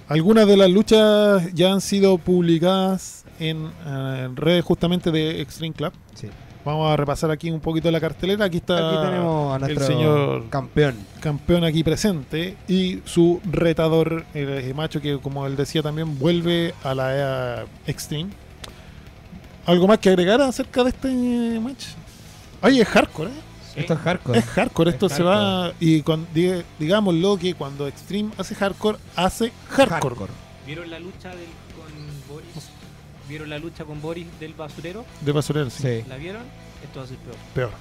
Algunas de las luchas ya han sido publicadas en eh, redes justamente de Extreme Club.
Sí.
Vamos a repasar aquí un poquito la cartelera. Aquí está
Aquí tenemos a
Ah, el
nuestro
señor- ¿Eh?
campeón.
campeón aquí presente y su retador, el eh, macho, que como él decía también vuelve a la eh, Extreme. ¿Algo más que agregar acerca de este match? Oye, es hardcore, ¿eh?
Esto es
*laughs*
hardcore.
Es hardcore, esto
Es
se va. Y cuan- di- digámoslo que cuando Extreme hace hardcore, hace hardcore.
¿Vieron la lucha del, con Boris? ¿Vieron la lucha con Boris del basurero?
De basurero, sí.
Sí.
¿La vieron? Esto va a ser peor.
Peor.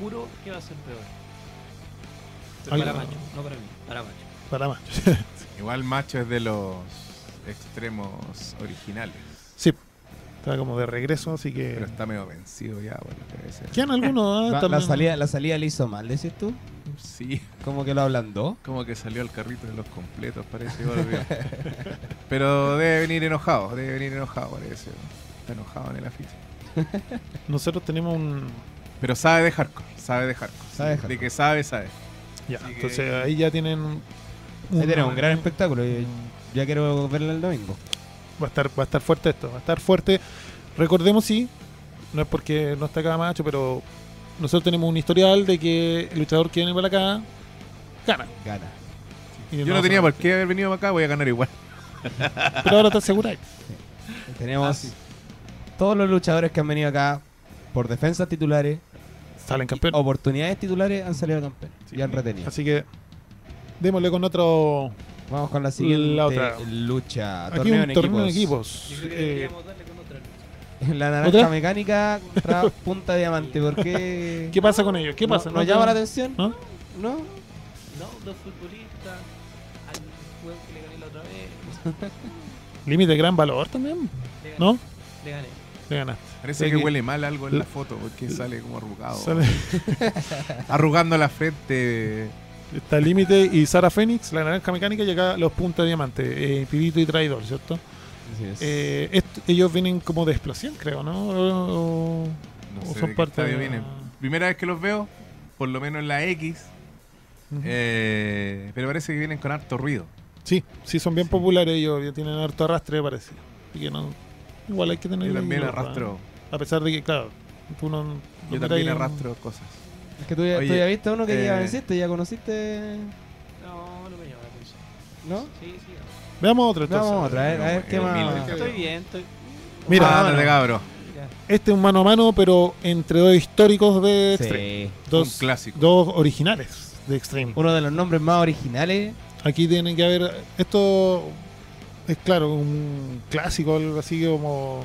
Juro que va a ser peor. Pero
Algo-
para Macho, no para mí, para Macho.
Para más. *laughs*
Igual Macho es de los extremos originales.
sí. Está como de regreso, así que.
Pero está medio vencido ya por la cabeza.
Quedan
*laughs* La,
algunos. ah,
la
también.
salida, la salida le hizo mal, decís tú.
Sí,
Como que lo ablandó.
como que salió el carrito de los completos, parece. y volvió.
*laughs*
Pero debe venir enojado, debe venir enojado, parece. Está enojado en el afiche.
Nosotros tenemos un.
Pero sabe de hardcore, sabe de hardcore.
Sabe de
sí.
hardcore.
que sabe, sabe.
Ya,
Así que-
entonces ahí ya tienen. un-
Ahí tenemos un gran espectáculo. y Ya quiero verlo el domingo.
Eh, Va a estar, va a estar fuerte esto, va a estar fuerte. Recordemos sí, no es porque no está acá macho, pero nosotros tenemos un historial de que el luchador que viene para acá gana.
Gana.
Y
Yo no tenía por qué haber venido para acá, voy a ganar igual.
Pero ahora te aseguráis. Ah,
Tenemos todos los luchadores que han venido acá por defensas titulares,
Salen
y
campeón.
oportunidades titulares, han salido campeones
Sí.
y Oh, han retenido.
Así que démosle con otro
Vamos con la siguiente
La otra.
lucha.
aquí un torneo en
equipos.
equipos.
Yo creo que
Eh,
deberíamos darle con otra
*laughs*
lucha.
La naranja
¿Otra?
mecánica
*laughs*
contra punta diamante. ¿Por qué?
¿Qué pasa con ellos? ¿Qué pasa?
¿No, ¿Nos llama la atención?
¿No? ¿Ah?
¿No?
No, dos futbolistas, al juego que le gané la otra vez.
Límite de gran valor también,
Le gané,
¿no?
Le gané.
Le ganaste.
Parece
Sí,
que
que-
huele mal algo en la
la-
foto, porque sale como arrugado.
Sale-
*laughs* Arrugando la frente.
Está Límite y Sara Fénix, la naranja mecánica y acá los punta diamante, eh, Pibito y Traidor, ¿cierto? Eh, est- ellos vienen como de explosión, creo, ¿no? O- o-
No
o
sé
son
de qué
parte
estadio
de-
vienen. Primera vez que los veo, por lo menos en la X.
Ujú.
eh, pero parece que vienen con harto ruido.
Sí, sí, son bien populares ellos, ya tienen harto arrastre, parece. Así que no, igual hay que tener.
Yo también
cuidado,
arrastro,
¿eh? A pesar de que, claro, tú no. no
yo
miras
también
ahí un-
arrastro cosas.
Es que tú ya, tú
Oye,
ya viste a uno que ya
eh,
venciste, ya conociste.
No, no me llama la atención.
¿No?
Sí, sí. no.
Veamos otro entonces.
Vamos
eh.
otra, a ver, a este ver qué
El
más.
Ah.
humilde.
Estoy bien, estoy.
Mira,
ah,
ah,
ándate,
no.
cabro.
Mira.
este es un mano a mano, pero entre dos históricos de Extreme.
Sí.
Dos,
Un clásico.
dos originales de Extreme.
Uno de los nombres más originales.
Aquí tienen que haber. Esto es, claro, un clásico, algo así como.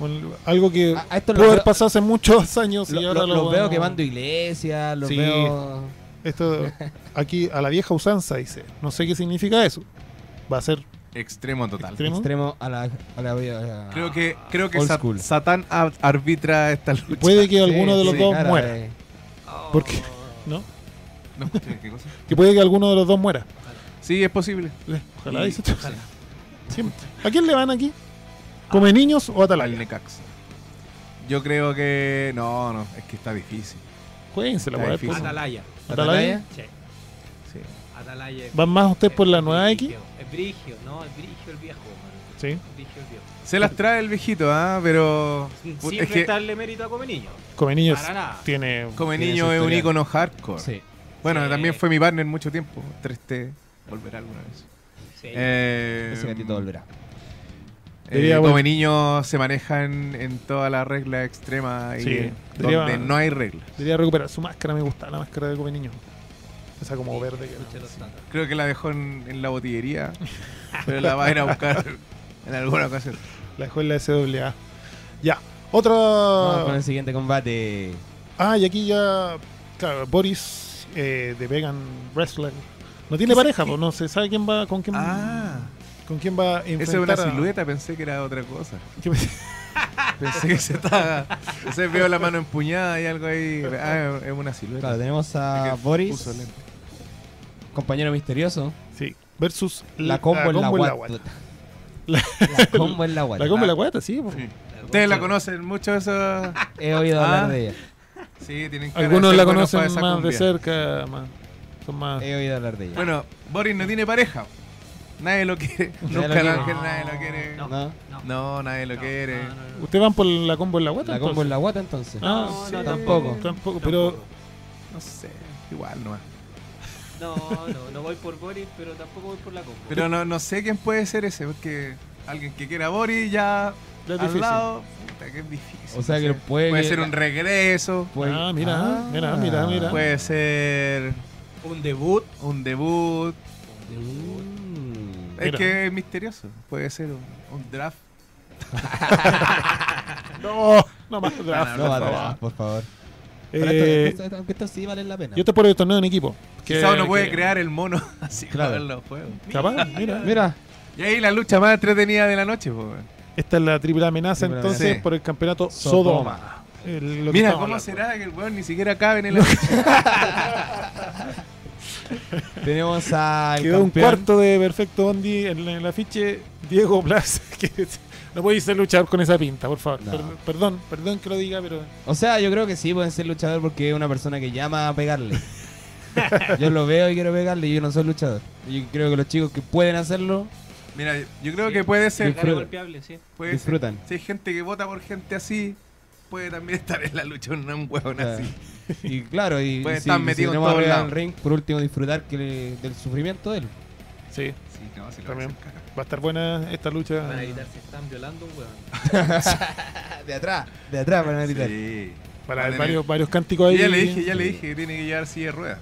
como Algo que.
Ah,
A, a estos
Pudo
los,
haber
veo-
pasado hace muchos años y
lo-
ahora
lo-
lo
los veo
vamos-
quemando iglesias, los
Sí.
veo.
*laughs* Esto aquí a la vieja usanza dice. No sé qué significa eso. Va a ser
Extremo total.
Extremo.
Extremo a la. A la, a la-
Creo que, creo que
Old
Sa-
school.
Satán ar- arbitra esta lucha.
puede que
Sí,
alguno de los
sí,
dos
cara,
muera,
eh.
Oh,
¿Por qué? ¿no?
No escuché, ¿qué cosa?
Que puede que alguno de los dos muera.
Sí, es posible.
Le- Ojalá
Sí,
dice. *laughs* Siempre. ¿A quién le van aquí? ¿Come niños o
Al
Atalaya?
Necaxa. Yo creo que. No, no, es que está difícil.
Jueguense la
Está
weá.
difícil.
pues.
Atalaya.
Atalaya.
Atalaya.
Oh. Sí,
Sí.
Atalaya. es-
¿Van más ustedes por la nueva
es
X?
brigio, Es brigio, no, es brigio el viejo, mano.
Sí.
Es brigio el viejo.
Se las trae el viejito, ¿ah? Pero.
Sin
Put-
sin
es que
restarle mérito a Comeniño.
Come niños
Para nada.
tiene.
Come
Tiene
Niño
su
es un
historial.
ícono hardcore.
Sí.
Bueno,
Sí.
también fue mi partner mucho tiempo. 3T volverá alguna vez.
Sí.
Eh,
Ese gatito volverá.
eh,
Diría,
Come
bueno.
Niño se maneja en, en toda la regla extrema y
Sí,
en-
diría-
donde no hay reglas.
Debería recuperar su máscara. Me gusta la máscara de Come niños. Esa como verde. que
Escucha
era.
los datos.
Creo que la dejó en, en
*laughs*
la botillería, pero la va a ir a buscar en alguna ocasión.
La dejó en la SWA. Ya. Otra.
Vamos con el siguiente combate.
Ah, y aquí ya, claro, Boris eh, de Vegan Wrestler No tiene
¿Qué-
pareja,
qué-
pues no se sabe quién va, con quién,
Ah,
con quién va a
esa es
enfrentar.
una
a-
silueta, pensé que era otra cosa.
¿Qué me-
Pensé que se estaba. Entonces veo la mano empuñada y algo ahí. Ah, es una silueta.
Claro, tenemos
Es
a
que
Boris,
puso lente.
compañero misterioso.
*laughs* Sí. Versus
La combo en la
guata.
guata.
La-
La combo en la guata.
La combo en la guata, sí. po.
Sí. Ustedes la conocen mucho esa.
He oído hablar
Ah.
de ella.
Sí, tienen cara de
Algunos
ser
la
buenos para
conocen
esa
más de
cumbia.
cerca, más, son más...
He oído hablar de ella.
Bueno, Boris no tiene pareja. Nadie
*laughs*
lo quiere.
lo
Nunca
quiere.
lo quiere, nadie lo quiere.
No.
¿No?
No,
No, nadie lo
no,
quiere.
no, no, no.
¿Ustedes van por la combo en la guata?
La combo en
entonces?
la guata entonces.
Ah,
No,
sí,
no,
tampoco.
Tampoco, pero...
No sé, igual no.
No, no, no voy por Boris, pero tampoco voy por la combo.
Pero no, no sé quién puede ser ese, porque alguien que quiera a Boris ya
ya es
al
difícil.
lado, puta, que es difícil.
O sea
no
que
sé.
puede
puede
que
ser
la-
un regreso,
puede-
Ah, mira, mira, mira, mira.
puede ser
Un debut.
un debut.
Mm.
Es
Mira.
que es misterioso, puede ser un, un draft.
No, no Eh, más draft.
No,
por
atrás,
favor.
por favor. Pero esto-
Eh,
esto- esto- aunque esto sí vale la pena.
yo te por el torneo en equipo.
Quizá uno
que-
puede crear el mono *laughs* así
Claro.
para ver los juegos. *laughs*
Capaz, mira.
Mira,
Y ahí la lucha más entretenida de la noche, po, weón.
Esta es la triple amenaza
Triple
entonces
amenaza.
por el campeonato
Sodoma.
Sodoma. El- lo que
Mira,
estamos
¿cómo
hablando.
será que el weón ni siquiera cabe en el avión?
tenemos al
Quedó un
campeón.
cuarto de perfecto Bondi en el afiche Diego Plaza. *laughs* que no podéis ser luchar con esa pinta, por favor.
No.
Per- perdón, perdón que lo diga, pero
O sea, yo creo que sí pueden ser luchador porque es una persona que llama a
*laughs*
pegarle. yo lo veo y quiero pegarle y yo no soy luchador. Y creo que los chicos que pueden hacerlo
Mira, yo creo que puede ser.
Disfruta.
Claro, golpeable, sí.
puede ser.
disfrutan.
Si hay gente que vota por gente así, puede también *laughs* estar en la lucha un, un huevón
Claro.
así.
Y claro, y,
Pueden
y
estar metidos en
tenemos
todos
arriba del
lados.
ring, por último disfrutar que le- del sufrimiento de él.
sí,
Sí, no, se lo
También.
hacen cagar.
va a estar buena esta
Para
lucha. eh,
evitar se están violando un huevón.
Ah.
De atrás, de atrás para gritar.
Ah, Sí.
Para
Va
haber
a tener-
varios, varios cánticos ahí.
Ya le dije, ya le dije que tiene que llevar silla de ruedas.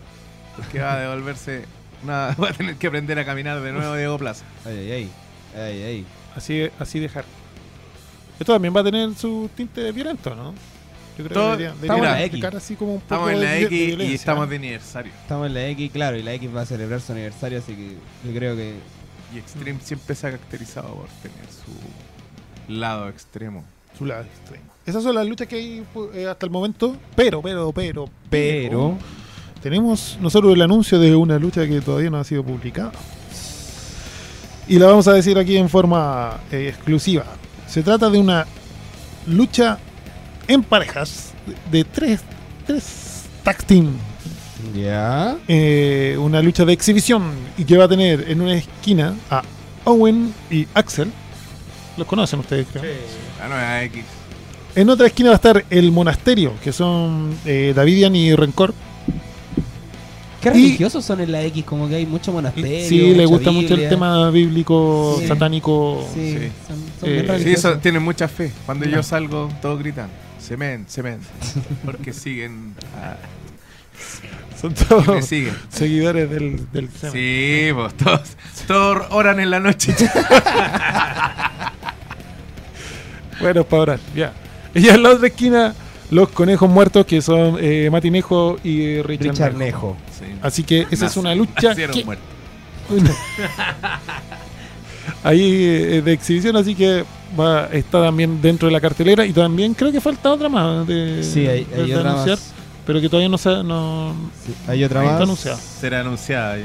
Porque va a devolverse. Nada, va a *laughs* tener que aprender a caminar de nuevo Diego Plaza.
Ay, ay, ay. Ay, ay.
Así, así dejar. Esto también va a tener su tinte violento, ¿no? Yo creo
Todo-
debería-
estamos en la
debería
X.
dejar así como un poco
Estamos en la
de- de
X y
violencia. ¿eh?
estamos de aniversario.
Estamos en la X, claro, y la X va a celebrar su aniversario, así que yo creo que
Y
Mm.
Extreme siempre se ha caracterizado por tener su lado extremo.
Su lado extremo. Esas son las luchas que hay eh, hasta el momento. Pero, pero, pero,
Pero
Tenemos nosotros el anuncio de una lucha que todavía no ha sido publicada. Y la vamos a decir aquí en forma eh, exclusiva. Se trata de una lucha en parejas de, de tres, tres tag team.
ya
Eh, una lucha de exhibición y que va a tener en una esquina a Owen y Axel. Los conocen ustedes, creo.
Eh,
Ah, no, es la X.
En otra esquina va a estar el monasterio, que son eh, Davidian y Rencor.
qué
Y-
religiosos son en la X, como que hay mucho monasterio.
Sí, le
mucha
gusta mucho el
Biblia.
tema bíblico,
Sí.
satánico.
Sí,
Sí.
son, son
Eh,
bien
sí,
Sí,
religiosos.
eso tienen mucha fe. Cuando yo salgo, todos gritan: Semen,
*laughs*
semen. Porque siguen. a-
Son todos
me siguen.
seguidores del, del tema.
Sí, pues todos, todos oran en
*laughs*
la noche.
Bueno, para orar, ya. Y en la otra esquina, los conejos muertos, que son eh, Mati Nejo y Richard,
Richard
Nejo.
Nejo.
Así que esa es
Nace-
una lucha.
nacieron
que-
muertos. *laughs*
Ahí eh, de exhibición, así que va, está también dentro de la cartelera. Y también creo que falta otra más de,
Sí, hay,
de-
hay
de
otra
anunciar,
más.
pero que todavía no se no,
Sí, hay otra
no está
más.
anunciada.
Será anunciada. Yo,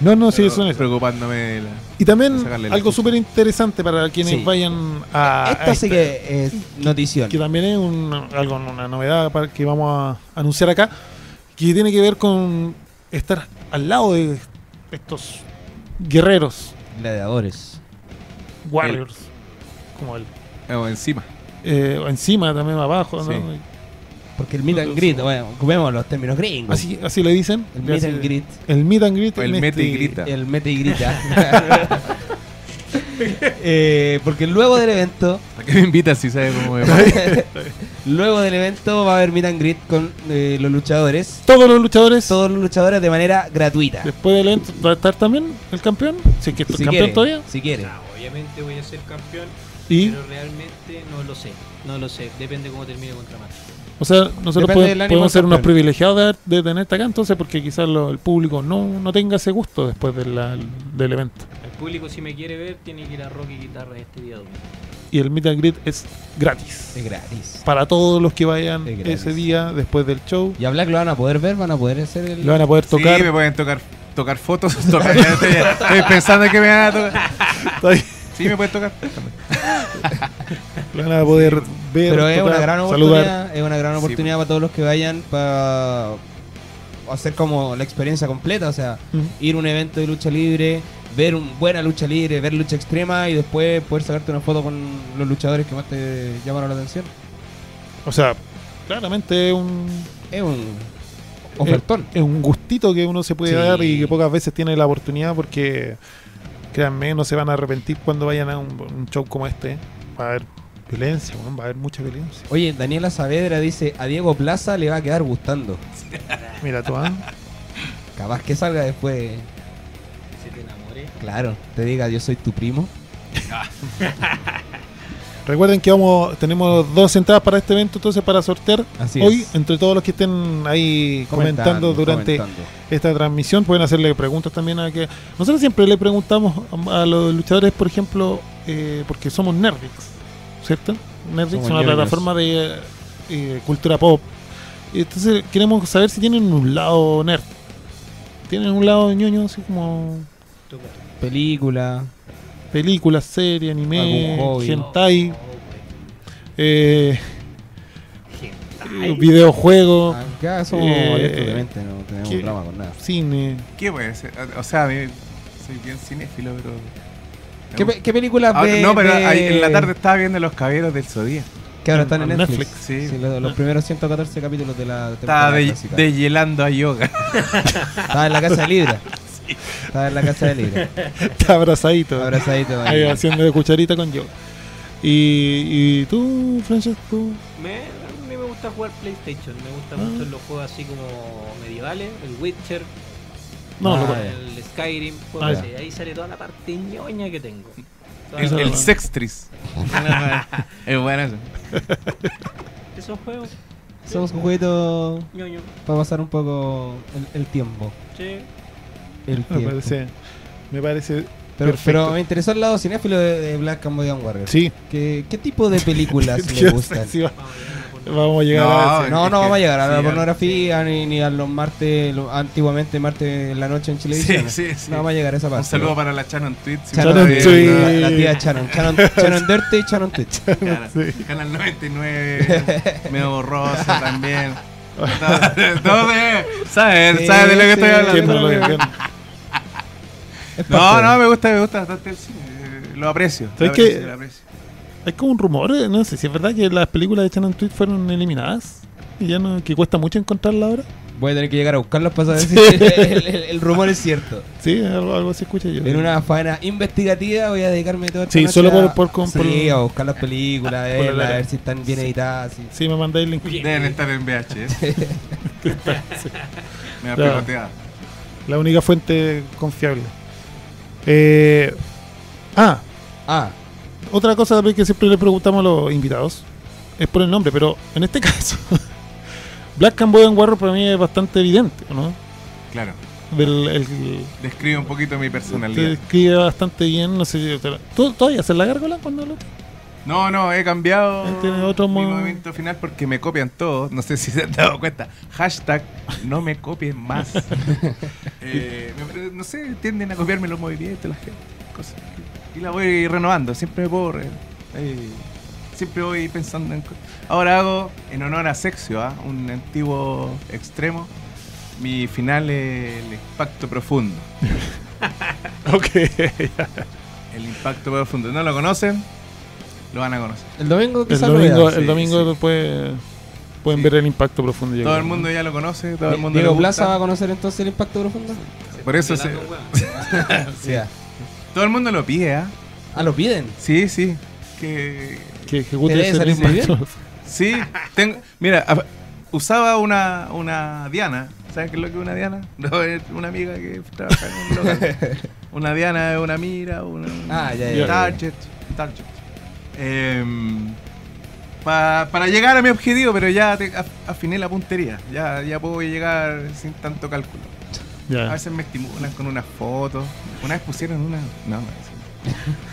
No, no, sí,
pero
son esas.
Preocupándome de la.
Y también
sacarle la
algo
chucha.
súper interesante para quienes
Sí. Ah,
vayan a.
Esta
a
sí
esta-
que es notición.
que también es un- algo, una novedad para- que vamos a anunciar acá, que tiene que ver con estar al lado de estos guerreros,
Gladiadores.
warriors, como él.
o encima.
Eh, o encima también abajo, ¿no?
Sí.
Porque el meet and greet, bueno, ocupemos los términos gringos.
así, así le dicen.
el meet
Así-
and greet.
El meet and greet.
O el
en
mete y
este-
grita.
El mete y
*laughs*
grita. Eh, porque luego del evento,
¿Para qué me invitas si sabes cómo es?
*laughs* luego del evento va a haber meet and greet con eh, los luchadores.
Todos los luchadores.
Todos los luchadores de manera gratuita.
Después del evento va a estar también el campeón. Si es que es
Si
campeón
quiere,
todavía.
si quiere.
Ah, oye, obviamente voy a ser campeón,
Y,
pero realmente no lo sé. No lo sé, depende cómo termine contra Macho.
o sea, nosotros
Depende
pode-
del ánimo
podemos ser
del
unos
campeón.
privilegiados de, haber- de tenerte acá, entonces, porque quizás lo- el público no, no tenga ese gusto después de la- del evento.
El público, si me quiere ver, tiene que ir a Rocky Guitarra este día domingo.
Y el meet and greet es gratis.
Es gratis.
Para todos los que vayan
Es gratis.
ese día después del show,
Y a Black lo van a poder ver, van a poder hacer el.
*laughs* lo van a poder tocar.
Sí, me pueden tocar, tocar fotos. *laughs* tocar- ya estoy, ya estoy pensando en que me van a tocar. Sí, me pueden tocar.
Lo van a poder ver.
Pero es
tocar,
una gran
saludar. pues.
oportunidad, es una gran
Sí,
oportunidad para todos los que vayan para hacer como la experiencia completa, o sea,
Ujú.
ir a un evento de lucha libre, ver un buena lucha libre, ver lucha extrema y después poder sacarte una foto con los luchadores que más te llamaron la atención.
O sea, claramente es un,
Es un ofertón.
es un gustito que uno se puede
Sí.
dar y que pocas veces tiene la oportunidad porque, créanme, no se van a arrepentir cuando vayan a un, un show como este. Va a haber violencia, weón, va a haber mucha violencia.
Oye, Daniela Saavedra dice, a Diego Plaza le va a quedar gustando.
Mira, tú, ah,
Capaz que salga después,
Que se te enamore.
claro, te diga yo soy tu primo.
Recuerden que vamos tenemos dos entradas para este evento, entonces para sortear
Así
hoy
es.
entre todos los que estén ahí comentando, durante
comentando.
esta transmisión. Pueden hacerle preguntas también a que. Nosotros siempre le preguntamos a a los luchadores, por ejemplo, eh, porque somos Nerdix, ¿cierto? Nerdix
Somos
es una
ñoños.
plataforma de eh, cultura pop. Entonces queremos saber si tienen un lado nerd. ¿Tienen un lado ñoño así como
Toca tú.
película,
películas, serie, anime,
Algún hobby.
hentai,
Oh, wey.
eh,
Hentai.
videojuegos,
Acá somos
Eh,
abiertos de mente, no tenemos
¿qué?
drama con nada.
cine.
¿Qué puede ser? O sea, a mí soy bien cinéfilo, pero. me
¿Qué,
gusta.
pe- qué películas
Ahora-
ve-
Ah, no, pero
ve-
ahí en la tarde estaba viendo Los Caballeros del Zodíaco.
que ahora están en
en
Netflix?
Netflix,
sí.
Sí, los, los primeros 114 capítulos de la
Estaba
temporada
de,
clásica.
dehielando a yoga.
Estaba en la casa de Libra. Estaba en la casa de Libra.
Está abrazadito.
Abrazadito.
Ahí
ahí.
haciendo de cucharita con yoga. Y, y tú, Francesco,
Me, a mí me gusta jugar PlayStation, me
Ah.
gusta mucho los juegos así como medievales, el Witcher,
no,
Ah,
lo
ya.
conozco.
el Skyrim, juegos
Ah,
así. ahí sale toda la parte ñoña que tengo. Toda
El,
la-
el sextris. es bueno eso.
Esos juegos
Somos un jueguito
ñoño,
para pasar un poco el, el tiempo.
sí.
El
me
tiempo.
Ah, parece. Me parece.
Pero,
perfecto.
pero me interesó el lado cinéfilo de, de Black Cambodian Warrior.
Sí.
¿Qué, qué tipo de películas le
Yo *laughs*
gustan?
sé si va-
Vamos a ver, por-
vamos a llegar a
No,
ese.
No,
Es
no
que-
vamos a llegar a la
sí,
pornografía ni, ni a los martes, lo- antiguamente martes en la noche en Chilevisión.
Sí, sí, sí.
No vamos a llegar a esa parte.
Un saludo para la Shannon Tweet. si
Charon,
está
Shannon
viendo.
Tweet.
La, la tía Charon.
*laughs*
Charon, Charon Dirty y Charon Twitch.
Claro. Canal 99, medio borroso también. Todo- todo de- ¿Sabes?
Sí,
¿Sabes de lo que
sí,
estoy
Entiendo
hablando?
lo que entiendo.
No, no, me gusta, me gusta bastante el cine. eh, Lo aprecio. lo
¿Sabes
aprecio,
qué?
lo aprecio.
Hay como un rumor, eh, no sé si es verdad que las películas de Channel Tweet fueron eliminadas. Y ya no, que cuesta mucho encontrarla ahora.
Voy a tener que llegar a buscarlos para saber si el, el- el rumor es
*laughs*
cierto.
Sí, algo, algo así escuché yo.
En una faena investigativa voy a dedicarme toda esta
Sí,
noche
solo por-
a-
por- por-
sí, a buscar las películas, a verlas,
la-
a ver si están bien editadas. sí.
Sí, me mandáis el link.
Deben estar
*laughs*
en VHS. me ha
Claro.
pegoteado.
La única fuente confiable. Eh, ah,
Ah,
Otra cosa también que siempre le preguntamos a los invitados es por el nombre, pero en este *laughs* caso, Black Cambodian Warrior para mí es bastante evidente, ¿no?
Claro.
Del, el-
Describe un poquito mi
te
personalidad.
describe bastante bien, no sé. te- ¿Tú todavía haces la gárgola cuando lo
No, no, he cambiado
Él tiene otro
mi
mo-
movimiento final porque me copian todos. No sé si se han dado cuenta. Hashtag no me
*laughs*
copien más. Eh, me pare- no sé, tienden a copiarme los movimientos, las gente, cosas. que- Y la voy renovando, siempre me puedo re- eh, siempre voy pensando en cosas. Ahora hago, en honor a Sexio, ¿ah? un antiguo extremo, mi final es el impacto profundo.
*laughs* Ok.
El impacto profundo. ¿No lo conocen? Lo van a conocer.
el domingo
El
quizás lo
domingo,
veamos.
el
sí,
domingo puede- pueden
Sí.
ver el impacto profundo. yo
Todo el
creo.
mundo ya lo conoce, todo el mundo le
Diego
gusta.
Plaza va a conocer entonces el impacto profundo.
Por eso se-
Violando, weón.
Sí. ah.
Todo el mundo lo pide, ¿ah?
Ah, lo piden.
Sí, sí. Que.
que ejecute
Te debe
ese
salir muy
impacto.
Sí, tengo. Mira, a- usaba una,
*laughs*
*laughs* una Diana. ¿Sabes qué es lo que es una Diana? No, es una amiga que trabaja en un local. Una Diana es una Mira, una.
Ah, ya,
ya, ya.
Target. Target. Em, pa- para llegar a mi objetivo, pero ya te- af- afiné la puntería. Ya, ya puedo llegar sin tanto cálculo.
*laughs*
A
Ya.
veces me estimulan con unas fotos. Una vez pusieron una. No, no voy a decir.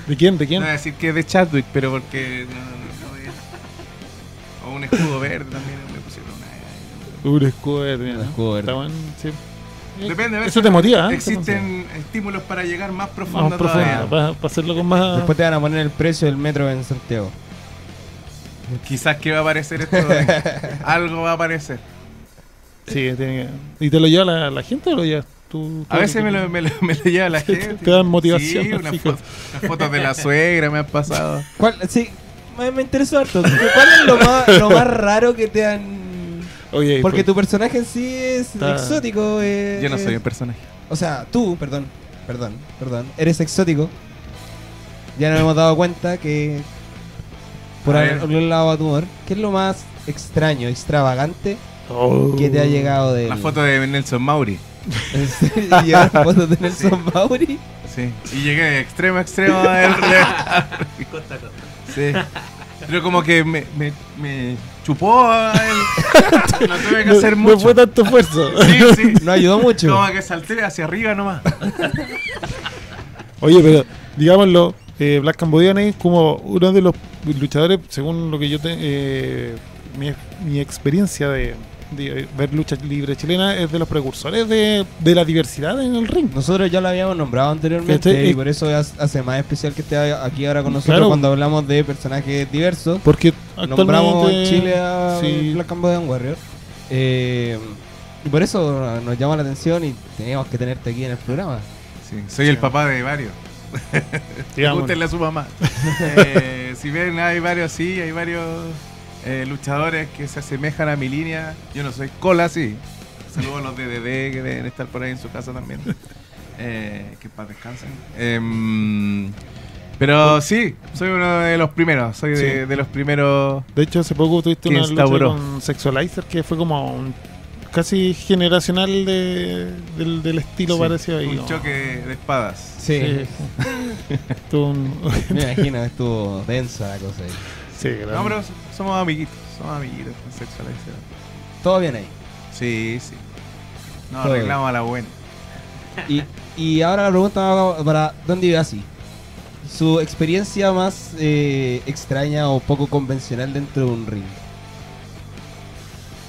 ¿De quién? ¿De
No
quién?
voy a decir que es de Chadwick, pero porque. No, no, no voy a- O un escudo verde también me pusieron una.
Un escudo verde,
Un
¿no?
escudo verde.
Está bueno, sí.
Depende, a veces
Eso te motiva, ¿eh?
Existen estímulos para llegar más profundo
Más
todavía.
profundo, para, hacerlo con más.
Después te van a poner el precio del metro en Santiago.
Quizás que va a
*laughs*
aparecer esto. de- Algo va a aparecer.
Sí, tiene que- ¿Y te lo lleva la, la gente o lo llevas tú?
A
tú-
veces me lo, me lo- me lo lleva
*laughs*
la
Te-
gente.
te dan motivación,
Sí, unas
chicos.
fotos, unas fotos de la suegra me han pasado.
¿Cuál? Sí, me, me interesó harto. ¿Cuál es lo más, lo *laughs* más raro que te han...?
Oye,
Porque
porque
tu personaje en sí es
Está-
exótico. eh,
pues. Yo no soy
es-
un personaje.
O sea, tú, perdón, perdón, perdón, eres exótico. Ya nos hemos dado cuenta que por
A ver.
algún lado a tu humor, ¿qué es lo más extraño, extravagante que te ha llegado de
Uh. La foto de Nelson Mauri.
*laughs* llevar
*laughs*
fotos de Nelson Mauri?
Sí. Y llegué de extremo a extremo del
Costa, costa.
Sí. Pero como que me, me, me chupó a él. No tuve que
no,
hacer
no
mucho.
fue tanto esfuerzo.
Sí,
*laughs*
sí.
No ayudó mucho.
Como que salté hacia arriba nomás.
Oye, pero digámoslo, eh, Black Cambodian es como uno de los luchadores, según lo que yo te, eh, mi, mi experiencia de, de eh, ver lucha libre chilena, es de los precursores de, de la diversidad en el ring.
Nosotros ya lo habíamos nombrado anteriormente
Este,
y
eh,
por eso ha- hace más especial que esté aquí ahora con nosotros
Claro.
cuando hablamos de personajes diversos.
Porque
Nombramos en
actualmente
Chile a
sí.
Black Cambodian Warrior. Eh, y por eso ah, nos llama la atención y teníamos que tenerte aquí en el programa.
Sí, soy el papá de varios.
digamos,
Pregúntenle a su mamá. *laughs* Eh, si ven, hay varios así, hay varios eh, luchadores que se asemejan a mi línea. Yo no soy cola, sí. Saludos a los de DD que deben estar por ahí en su casa
*laughs*
también. Eh, que paz descansen. Em, pero sí, soy uno de los primeros. Soy de,
Sí.
de los primeros.
De hecho, hace poco tuviste
Que
una lucha
instauró.
con Sexualizer que fue como un- casi generacional de, del, del estilo
sí,
parecido. ahí,
un
¿no?
choque de espadas.
Sí,
Tuvo un-
*laughs*
*laughs*
me imagino que estuvo densa la cosa ahí.
sí, grande.
No, pero somos amiguitos. Somos amiguitos con sexualidad.
Todo bien ahí.
Sí, sí. No,
Todo bien.
arreglamos a la buena.
Y, y ahora la pregunta va para Don así Su experiencia más eh, extraña o poco convencional dentro de un ring.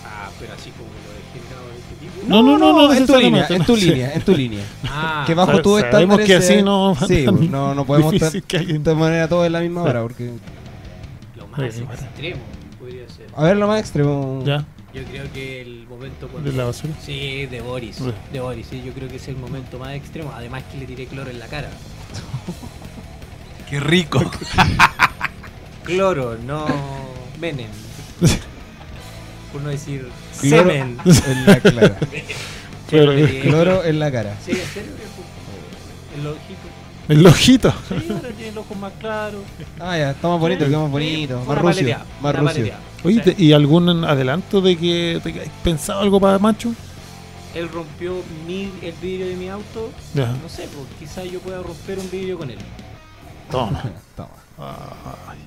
Ah, pero así como lo dejé grabado en este
*laughs*
tipo.
No, no, no, no,
en tu línea,
necesariamente,
en
no,
*laughs* tu
sí.
línea, en tu línea.
Ah,
Que bajo
Sabe-
tu
sabemos
estándares.
que
eh,
así no-
Sí, pues, no, no podemos estar
Difícil
de
que alguien-
esta manera todos en la misma hora. Porque,
lo más
Oye, bueno.
extremo podría ser.
a ver, lo más extremo.
Ya.
Yo creo que el momento cuando...
¿De la basura?
Sí, de Boris.
Bueno.
De Boris, sí, yo creo que es el momento más extremo. Además que le tiré cloro en la cara.
*laughs*
Qué rico.
Cloro, *laughs* no menem. Por no decir
Cloro *laughs*
semen.
en la cara.
Pero-
*laughs* Sí, le tiré
Cloro en la cara.
Sí, en serio, viejo. El ojito.
El ojito.
Sí, ahora tiene el ojo más claro.
Ah, ya, estamos bonitos,
Sí,
quedamos
sí,
bonitos.
fue
Más
una
rucio.
paleteada,
Más
una
rucio.
paleteada.
Oye,
O sea,
¿te- ¿y algún adelanto de que te has pensado algo para Macho?
él rompió mi, el vidrio de mi auto.
Ya.
No sé, pues quizás yo pueda romper un vidrio con él.
Toma.
*laughs* Toma.
Ay.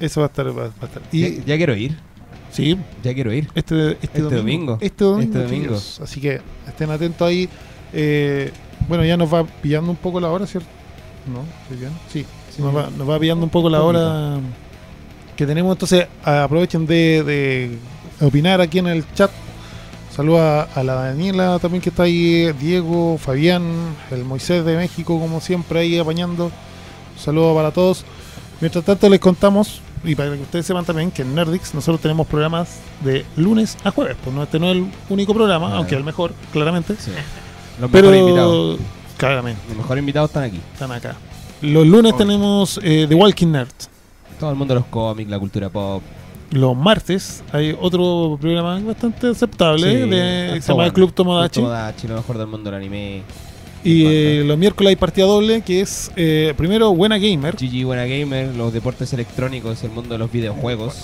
Eso va a estar. Va, va a estar.
Ya,
Y,
ya quiero ir.
sí,
Ya quiero ir.
este, este,
domingo.
Este domingo.
Este domingo.
chicos. Así que estén atentos ahí. Eh, bueno, ya nos va pillando un poco la hora, ¿cierto? ¿No? ¿Estoy bien? Sí. Nos, va, nos va pillando un poco la
Poquito.
hora que tenemos. Entonces, a- aprovechen de, de opinar aquí en el chat. Saludos a, a la Daniela también que está ahí, Diego, Fabián, el Moisés de México, como siempre, ahí apañando. Saludos para todos. Mientras tanto, les contamos, y para que ustedes sepan también, que en Nerdix nosotros tenemos programas de lunes a jueves. Pues no, este no es el único programa,
Claro.
aunque el mejor, claramente.
Ah. Sí. Los mejores invitados.
Pero, claramente,
Los mejores invitados están aquí.
están acá. Los lunes
Obvio.
tenemos eh, The Walking Nerd.
Todo el mundo de los cómics, la cultura pop.
Los martes hay otro programa bastante aceptable
Sí,
de, que se
está
llama
bueno.
Club Tomodachi.
Club Tomodachi, lo mejor del mundo del anime.
Y
Me
eh,
encanta.
los miércoles hay partida doble, que es eh, primero Buena Gamer.
GG Buena Gamer, los deportes electrónicos, el mundo de los videojuegos.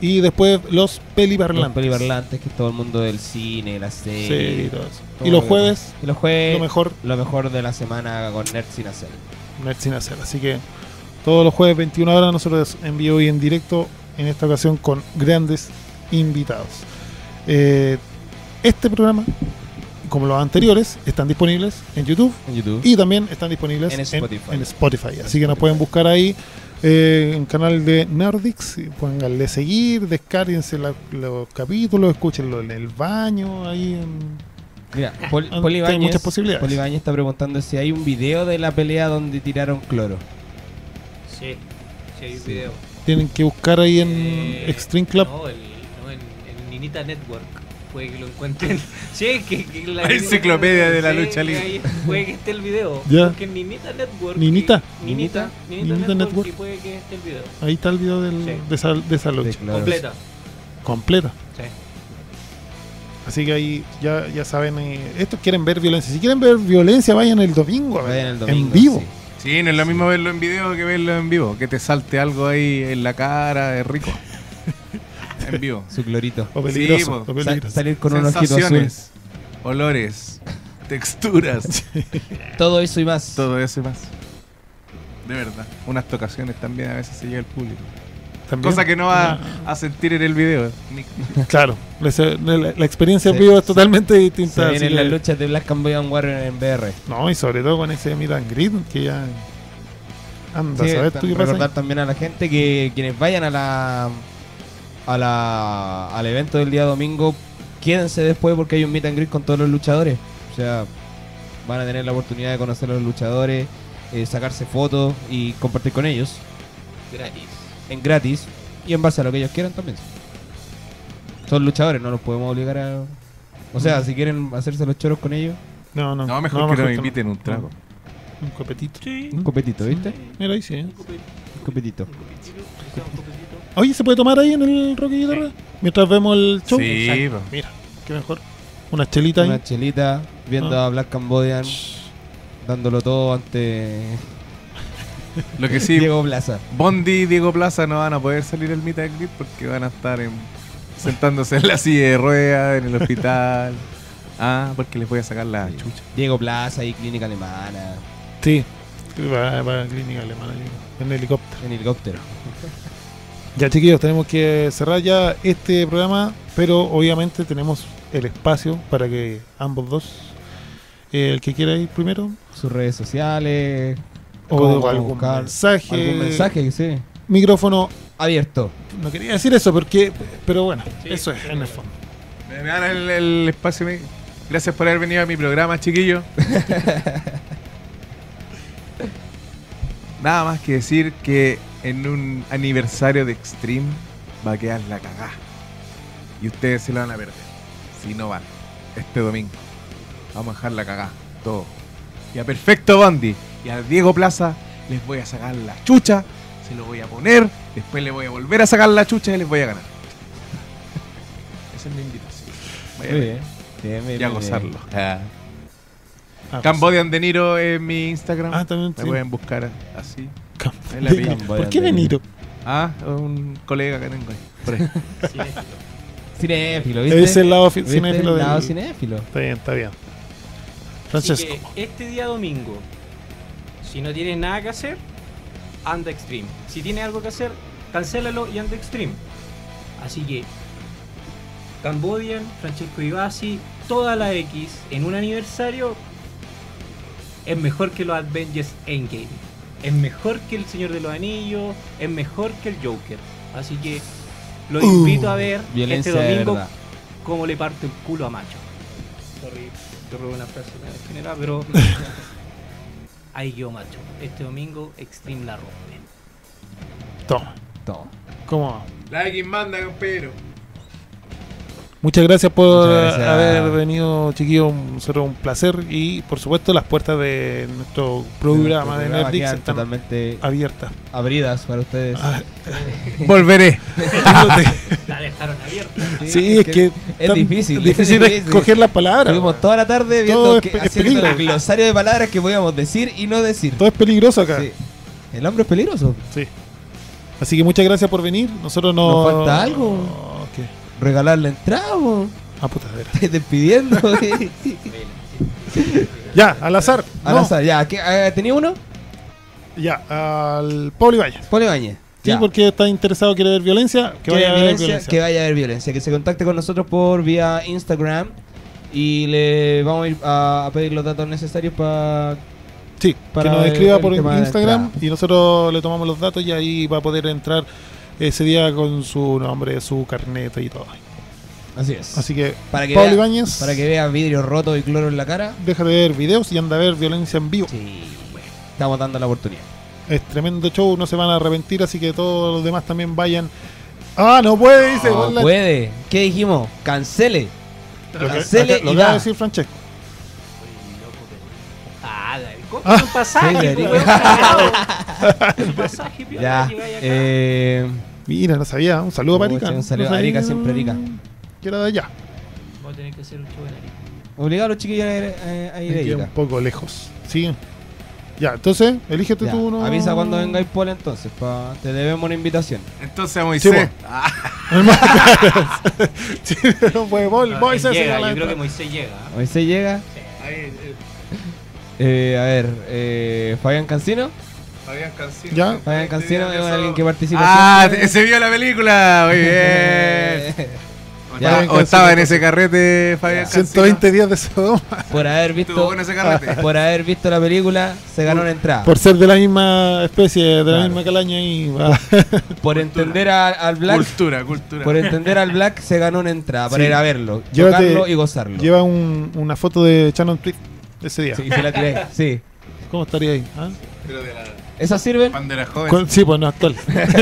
Y después los peliparlantes.
Los peliparlantes, que es todo el mundo del cine, la
Sí,
serie.
y todo eso.
todo Eh.
Y los
lo-
jueves,
Y los jueves.
lo mejor,
lo mejor de la semana con Nerd Sin Hacer.
Nerd Sin Hacer. Así que todos los jueves, 21 horas, nosotros en vivo y en directo, en esta ocasión con grandes invitados. Eh, este programa, como los anteriores, están disponibles en YouTube
En YouTube.
y también están disponibles
En
en
Spotify.
en Spotify. Así que nos pueden buscar ahí eh, en el canal de Nerdix, y pónganle seguir, descárguense la- los capítulos, escúchenlo en el baño, ahí en...
Mira, Pol,
Ah,
Poli
hay
Ibáñez-
muchas posibilidades.
Poli Ibáñez está preguntando si hay un video de la pelea donde tiraron cloro.
Sí, sí, hay un
Sí.
video.
Tienen que buscar ahí en
Eh,
Extreme Club.
No, el, no en, en Ninita Network. Puede que lo *laughs* encuentren. sí, que, que la
La enciclopedia de la lucha libre.
ahí Puede que esté el video.
Ya.
Porque en Ninita Network.
Ninita.
y- Ninita. Ninita,
Ninita
Network.
Network.
Y puede que esté el video.
Ahí está el video del-
Sí.
de, esa, de esa lucha.
De cloro.
Completa.
completa.
Sí.
Así que ahí ya, ya saben, eh, estos quieren ver violencia. Si quieren ver violencia, vayan el domingo, a ver,
Vayan el domingo,
en vivo.
sí.
Sí, no es lo mismo verlo en video que verlo en vivo. Que te salte algo ahí en la cara, es *laughs* rico. en vivo.
Su clorito.
O
Sí, pues.
peligroso,
po.
o
Sa-
peligroso.
salir con un ojito azul.
Sensaciones, olores, *laughs* texturas,
Todo eso y más.
todo eso y más. De verdad. Unas tocaciones también a veces se llega al público.
También.
Cosa que no va a sentir en el video. Ni-
Claro, la, la- la experiencia en
Se-
vivo es totalmente
Se
distinta. así
vienen las
que-
luchas de Black Camboyan Warrior en VR.
no, y sobre todo con ese meet and greet que ya anda,
Sí,
¿sabes tú
tam-
qué pasa?
recordar
ahí?
también a la gente que quienes vayan a la, a la al evento del día domingo, quédense después porque hay un meet and greet con todos los luchadores. O sea, van a tener la oportunidad de conocer a los luchadores, eh, sacarse fotos y compartir con ellos
Gratis.
en gratis y en base a lo que ellos quieran también. Son luchadores, no los podemos obligar a. O sea,
Mm.
si quieren hacerse los choros con ellos,
No, no,
No, mejor que nos inviten un trago.
Un copetito.
Sí.
un copetito, ¿viste?
Mira ahí sí. ¿eh?
Un copetito.
Un copetito.
Un copetito. quizá un copetito.
Oye, ¿se puede tomar ahí en el Rocky Guitarra? Mientras vemos el show.
Sí, po.
Mira, qué mejor. Una chelita ahí.
Una chelita, viendo
Ah.
a Black Cambodian, dándolo todo ante
Lo que sí,
Diego Plaza.
Bondi y Diego Plaza no van a poder salir al meet and greet porque van a estar en- sentándose en la silla de ruedas, en el *laughs* hospital. Ah, porque les voy a sacar la chucha.
Diego Plaza y Clínica Alemana
Sí. Va, va a la clínica alemana, yo creo, en helicóptero.
en helicóptero.
Ya chiquillos, tenemos que cerrar ya este programa, pero obviamente tenemos el espacio para que ambos dos, eh, el que quiera ir primero,
Sus redes sociales, ¿Cómo
o
podemos
algún
buscar
mensaje,
algún mensaje, sí.
micrófono,
Abierto.
no quería decir eso, porque, pero bueno,
Sí.
eso es en el fondo.
Me, me dan el, el espacio. me- Gracias por haber venido a mi programa, chiquillo. Nada más que decir que en un aniversario de Extreme va a quedar la cagá. Y ustedes se la van a perder. Si no van. Este domingo. Vamos a dejar la cagá. Todo. Y a Perfecto Bondi y a Diego Plaza les voy a sacar la chucha. Se lo voy a poner. Después le voy a volver a sacar la chucha y les voy a ganar. *laughs* Esa es mi invitación.
Eh,
Vaya
Muy bien. Bien, bien,
y a
bien,
gozarlo.
Ah,
Cambodian De Niro es mi Instagram.
Ah, también.
Me
sí.
pueden buscar así.
Cam-
Es la pilla.
*laughs* ¿Por qué Benito?
Ah, un colega que tengo ahí. Por ahí.
Sí,
*laughs*
es esto.
Cinéfilo, ¿viste?
Es el lado fi-
¿Viste?
cinéfilo
El lado
del... este
cinéfilo.
Está bien, está bien.
Así
Francesco.
que este día domingo, si no tienes nada que hacer, anda extreme. Si tienes algo que hacer, cancélalo y anda extreme. Así que Cambodian, Francesco Ibasi, toda la X en un aniversario es mejor que los Avengers Endgame. Es mejor que el Señor de los Anillos, es mejor que el Joker. Así que lo invito a ver este
Uh, Violencia de
domingo
verdad.
cómo le parto el culo a Macho. Sorry, te robé una frase medio general,
*laughs*
pero. Ahí yo, Macho. Este domingo, Extreme la rompe.
Toma.
Todo.
¿Cómo vamos?
*laughs* La X manda, compañero.
Muchas gracias por
Muchas gracias.
haber venido, chiquillos. Un- Será un placer. Y por supuesto, las puertas de nuestro programa de,
Nuestro Este programa
Netflix
quedan
están
totalmente
abiertas.
abridas para ustedes.
Ah,
Volveré.
La dejaron abierta.
sí, es que
es
tan
difícil. *laughs*
difícil
es
es escoger las palabras.
Estuvimos toda la tarde
Todo
viendo
es
que,
pe- es
haciendo el
peligro.
glosario de palabras que podíamos decir y no decir.
Todo es peligroso acá.
Sí. El hombre es peligroso.
Sí. Así que muchas gracias por venir. Nosotros no.
¿Nos falta algo?
No, ¿qué?
Regalar la entrada, po. *laughs*
Ah, puta, de veras.
Estoy despidiendo.
Ya, al azar.
*laughs* Al
No,
azar, ya. ¿qué- eh, ¿Tenía uno?
Ya, al Pablo Ibáñez.
Ponle bañe.
Sí,
Ya.
porque está interesado, quiere ver violencia.
que,
Que, vaya a ver
violencia,
violencia.
que vaya a haber violencia. Que se contacte con nosotros por vía Instagram y le vamos a, ir a, a pedir los datos necesarios para...
Sí,
para
que nos
el-
escriba
el
por
tema de
Instagram
entrada.
y nosotros le tomamos los datos y ahí va a poder entrar ese día con su nombre, su carneta y todo.
Así es.
Así que,
para que
Pablo
vea,
Ibáñez,
para que vea vidrio roto y cloro en la cara.
deja de ver videos y anda a ver violencia en vivo.
Sí, bueno, estamos dando la oportunidad.
Es tremendo show, no se van a arrepentir, así que todos los demás también vayan. Ah, no puede, dice.
No
con la-
puede. ¿Qué dijimos? Cancele.
Lo que-
Cancele
lo
y
que va
da.
a decir Francesco.
Ah, dale, compra
*laughs*
un pasaje,
sí,
*laughs* weón, culiao. Un
*laughs*
pasaje, piola,
Ya.
llegáis acá.
Eh,
Mira, no sabía. Un saludo para Arica.
Pucha, Oh, un saludo.
No sabía
Arica siempre rica.
Que era de allá.
Voy a tener que hacer un show en Arica.
obligado a los chiquillos a ir, eh, a ir
Me
ahí,
queda
ya.
un poco lejos. Sí. Ya, entonces, elígete
Ya,
tú uno.
Avisa cuando vengáis por entonces. pa- te debemos una invitación.
Entonces, Moisés.
*laughs* Sí, no fue Bol-
Ah,
Moisés
él llega,
señala
yo creo
*laughs*
que
entrada.
Moisés llega. eh, ¿ah?
Hoy se llega. Eh, a ver, eh, Fabián Cancino.
Fabián Cancino. Este
Ya.
Fabián Cancino es alguien que participa.
Ah,
siempre.
se vio la película.
*laughs*
Muy bien.
Ya,
o estaba en ese carrete, Fabián Cancino.
120 días de Sodoma.
*laughs* por haber
Estuvo
visto
bueno ese
*laughs*
carrete.
por haber visto la película se ganó una entrada. Por,
Ah. Por ser de la misma especie, de
Claro.
la misma calaña y va.
entender a- al Black,
Cultura, cultura.
por entender al Black se ganó una entrada para
Sí.
ir a verlo,
Llévate-
tocarlo y gozarlo.
lleva un- una foto de Shannon Tweet ese día.
Sí, se la tiré. Sí.
¿Cómo estaría ahí? ah?
Pero de la
¿Esas sirven?
bandera joven.
Con- sí, pues no actual. *laughs*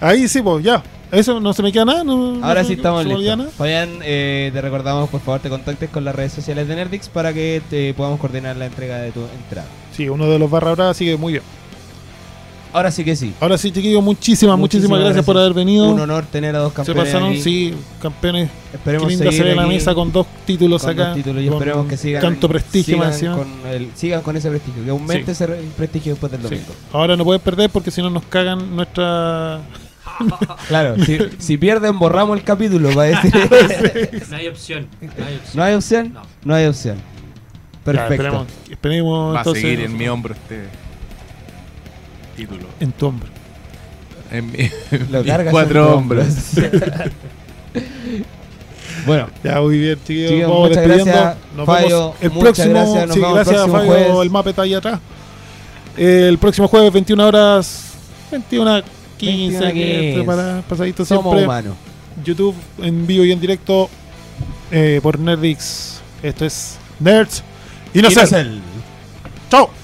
ahí sí, pues ya. Eso no se me queda nada. no-
Ahora
no
sí
se-
estamos
se me olvida nada.
listos. Fabián, eh, te recordamos por favor te contactes con las redes sociales de Nerdix para que te podamos coordinar la entrega de tu entrada.
Sí, uno de los barra brava, así que muy bien.
Ahora sí que sí.
Ahora sí, chiquillos, Ah, muchísimas, muchísimas,
Muchísimas
gracias,
gracias.
por haber venido.
Un honor tener a dos
se
campeones
pasaron,
aquí.
sí, campeones. Qué
Esperemos
linda se
seguir
ve la
aquí
mesa con dos títulos
con
acá.
dos títulos y
con
esperemos que sigan
Tanto prestigio
sigan
más encima.
con el- sigan con ese prestigio, que aumente
Sí.
ese re- prestigio después del
Sí.
domingo.
Ahora no pueden perder porque si no nos cagan nuestra.
Claro, si, *laughs* si pierden borramos el capítulo, va a
*laughs*
decir.
No hay opción. No hay opción.
No hay opción,
No.
no hay opción.
Ya,
Perfecto.
esperemos, esperemos
Va a
entonces.
seguir en mi hombro este título.
en tu hombro.
En mi-
Lo
mis
cargas en
*laughs* cuatro
tu
hombros.
hombro. bueno,
Ya, muy bien, chiquillos.
Chiquillos,
vamos
muchas
despidiendo.
gracias,
Nos
Fabio,
vemos el
muchas
próximo.
gracias, nos
sí,
vemos el
gracias,
próximo
Fabio.
jueves.
El mapa está ahí atrás. El próximo jueves, 21 horas. 21 15,
21, 15.
Para, pasadito
somos
siempre.
humanos.
YouTube en vivo y en directo eh, por Nerdix. Esto es Nerds y no
Y no sé.
Chao.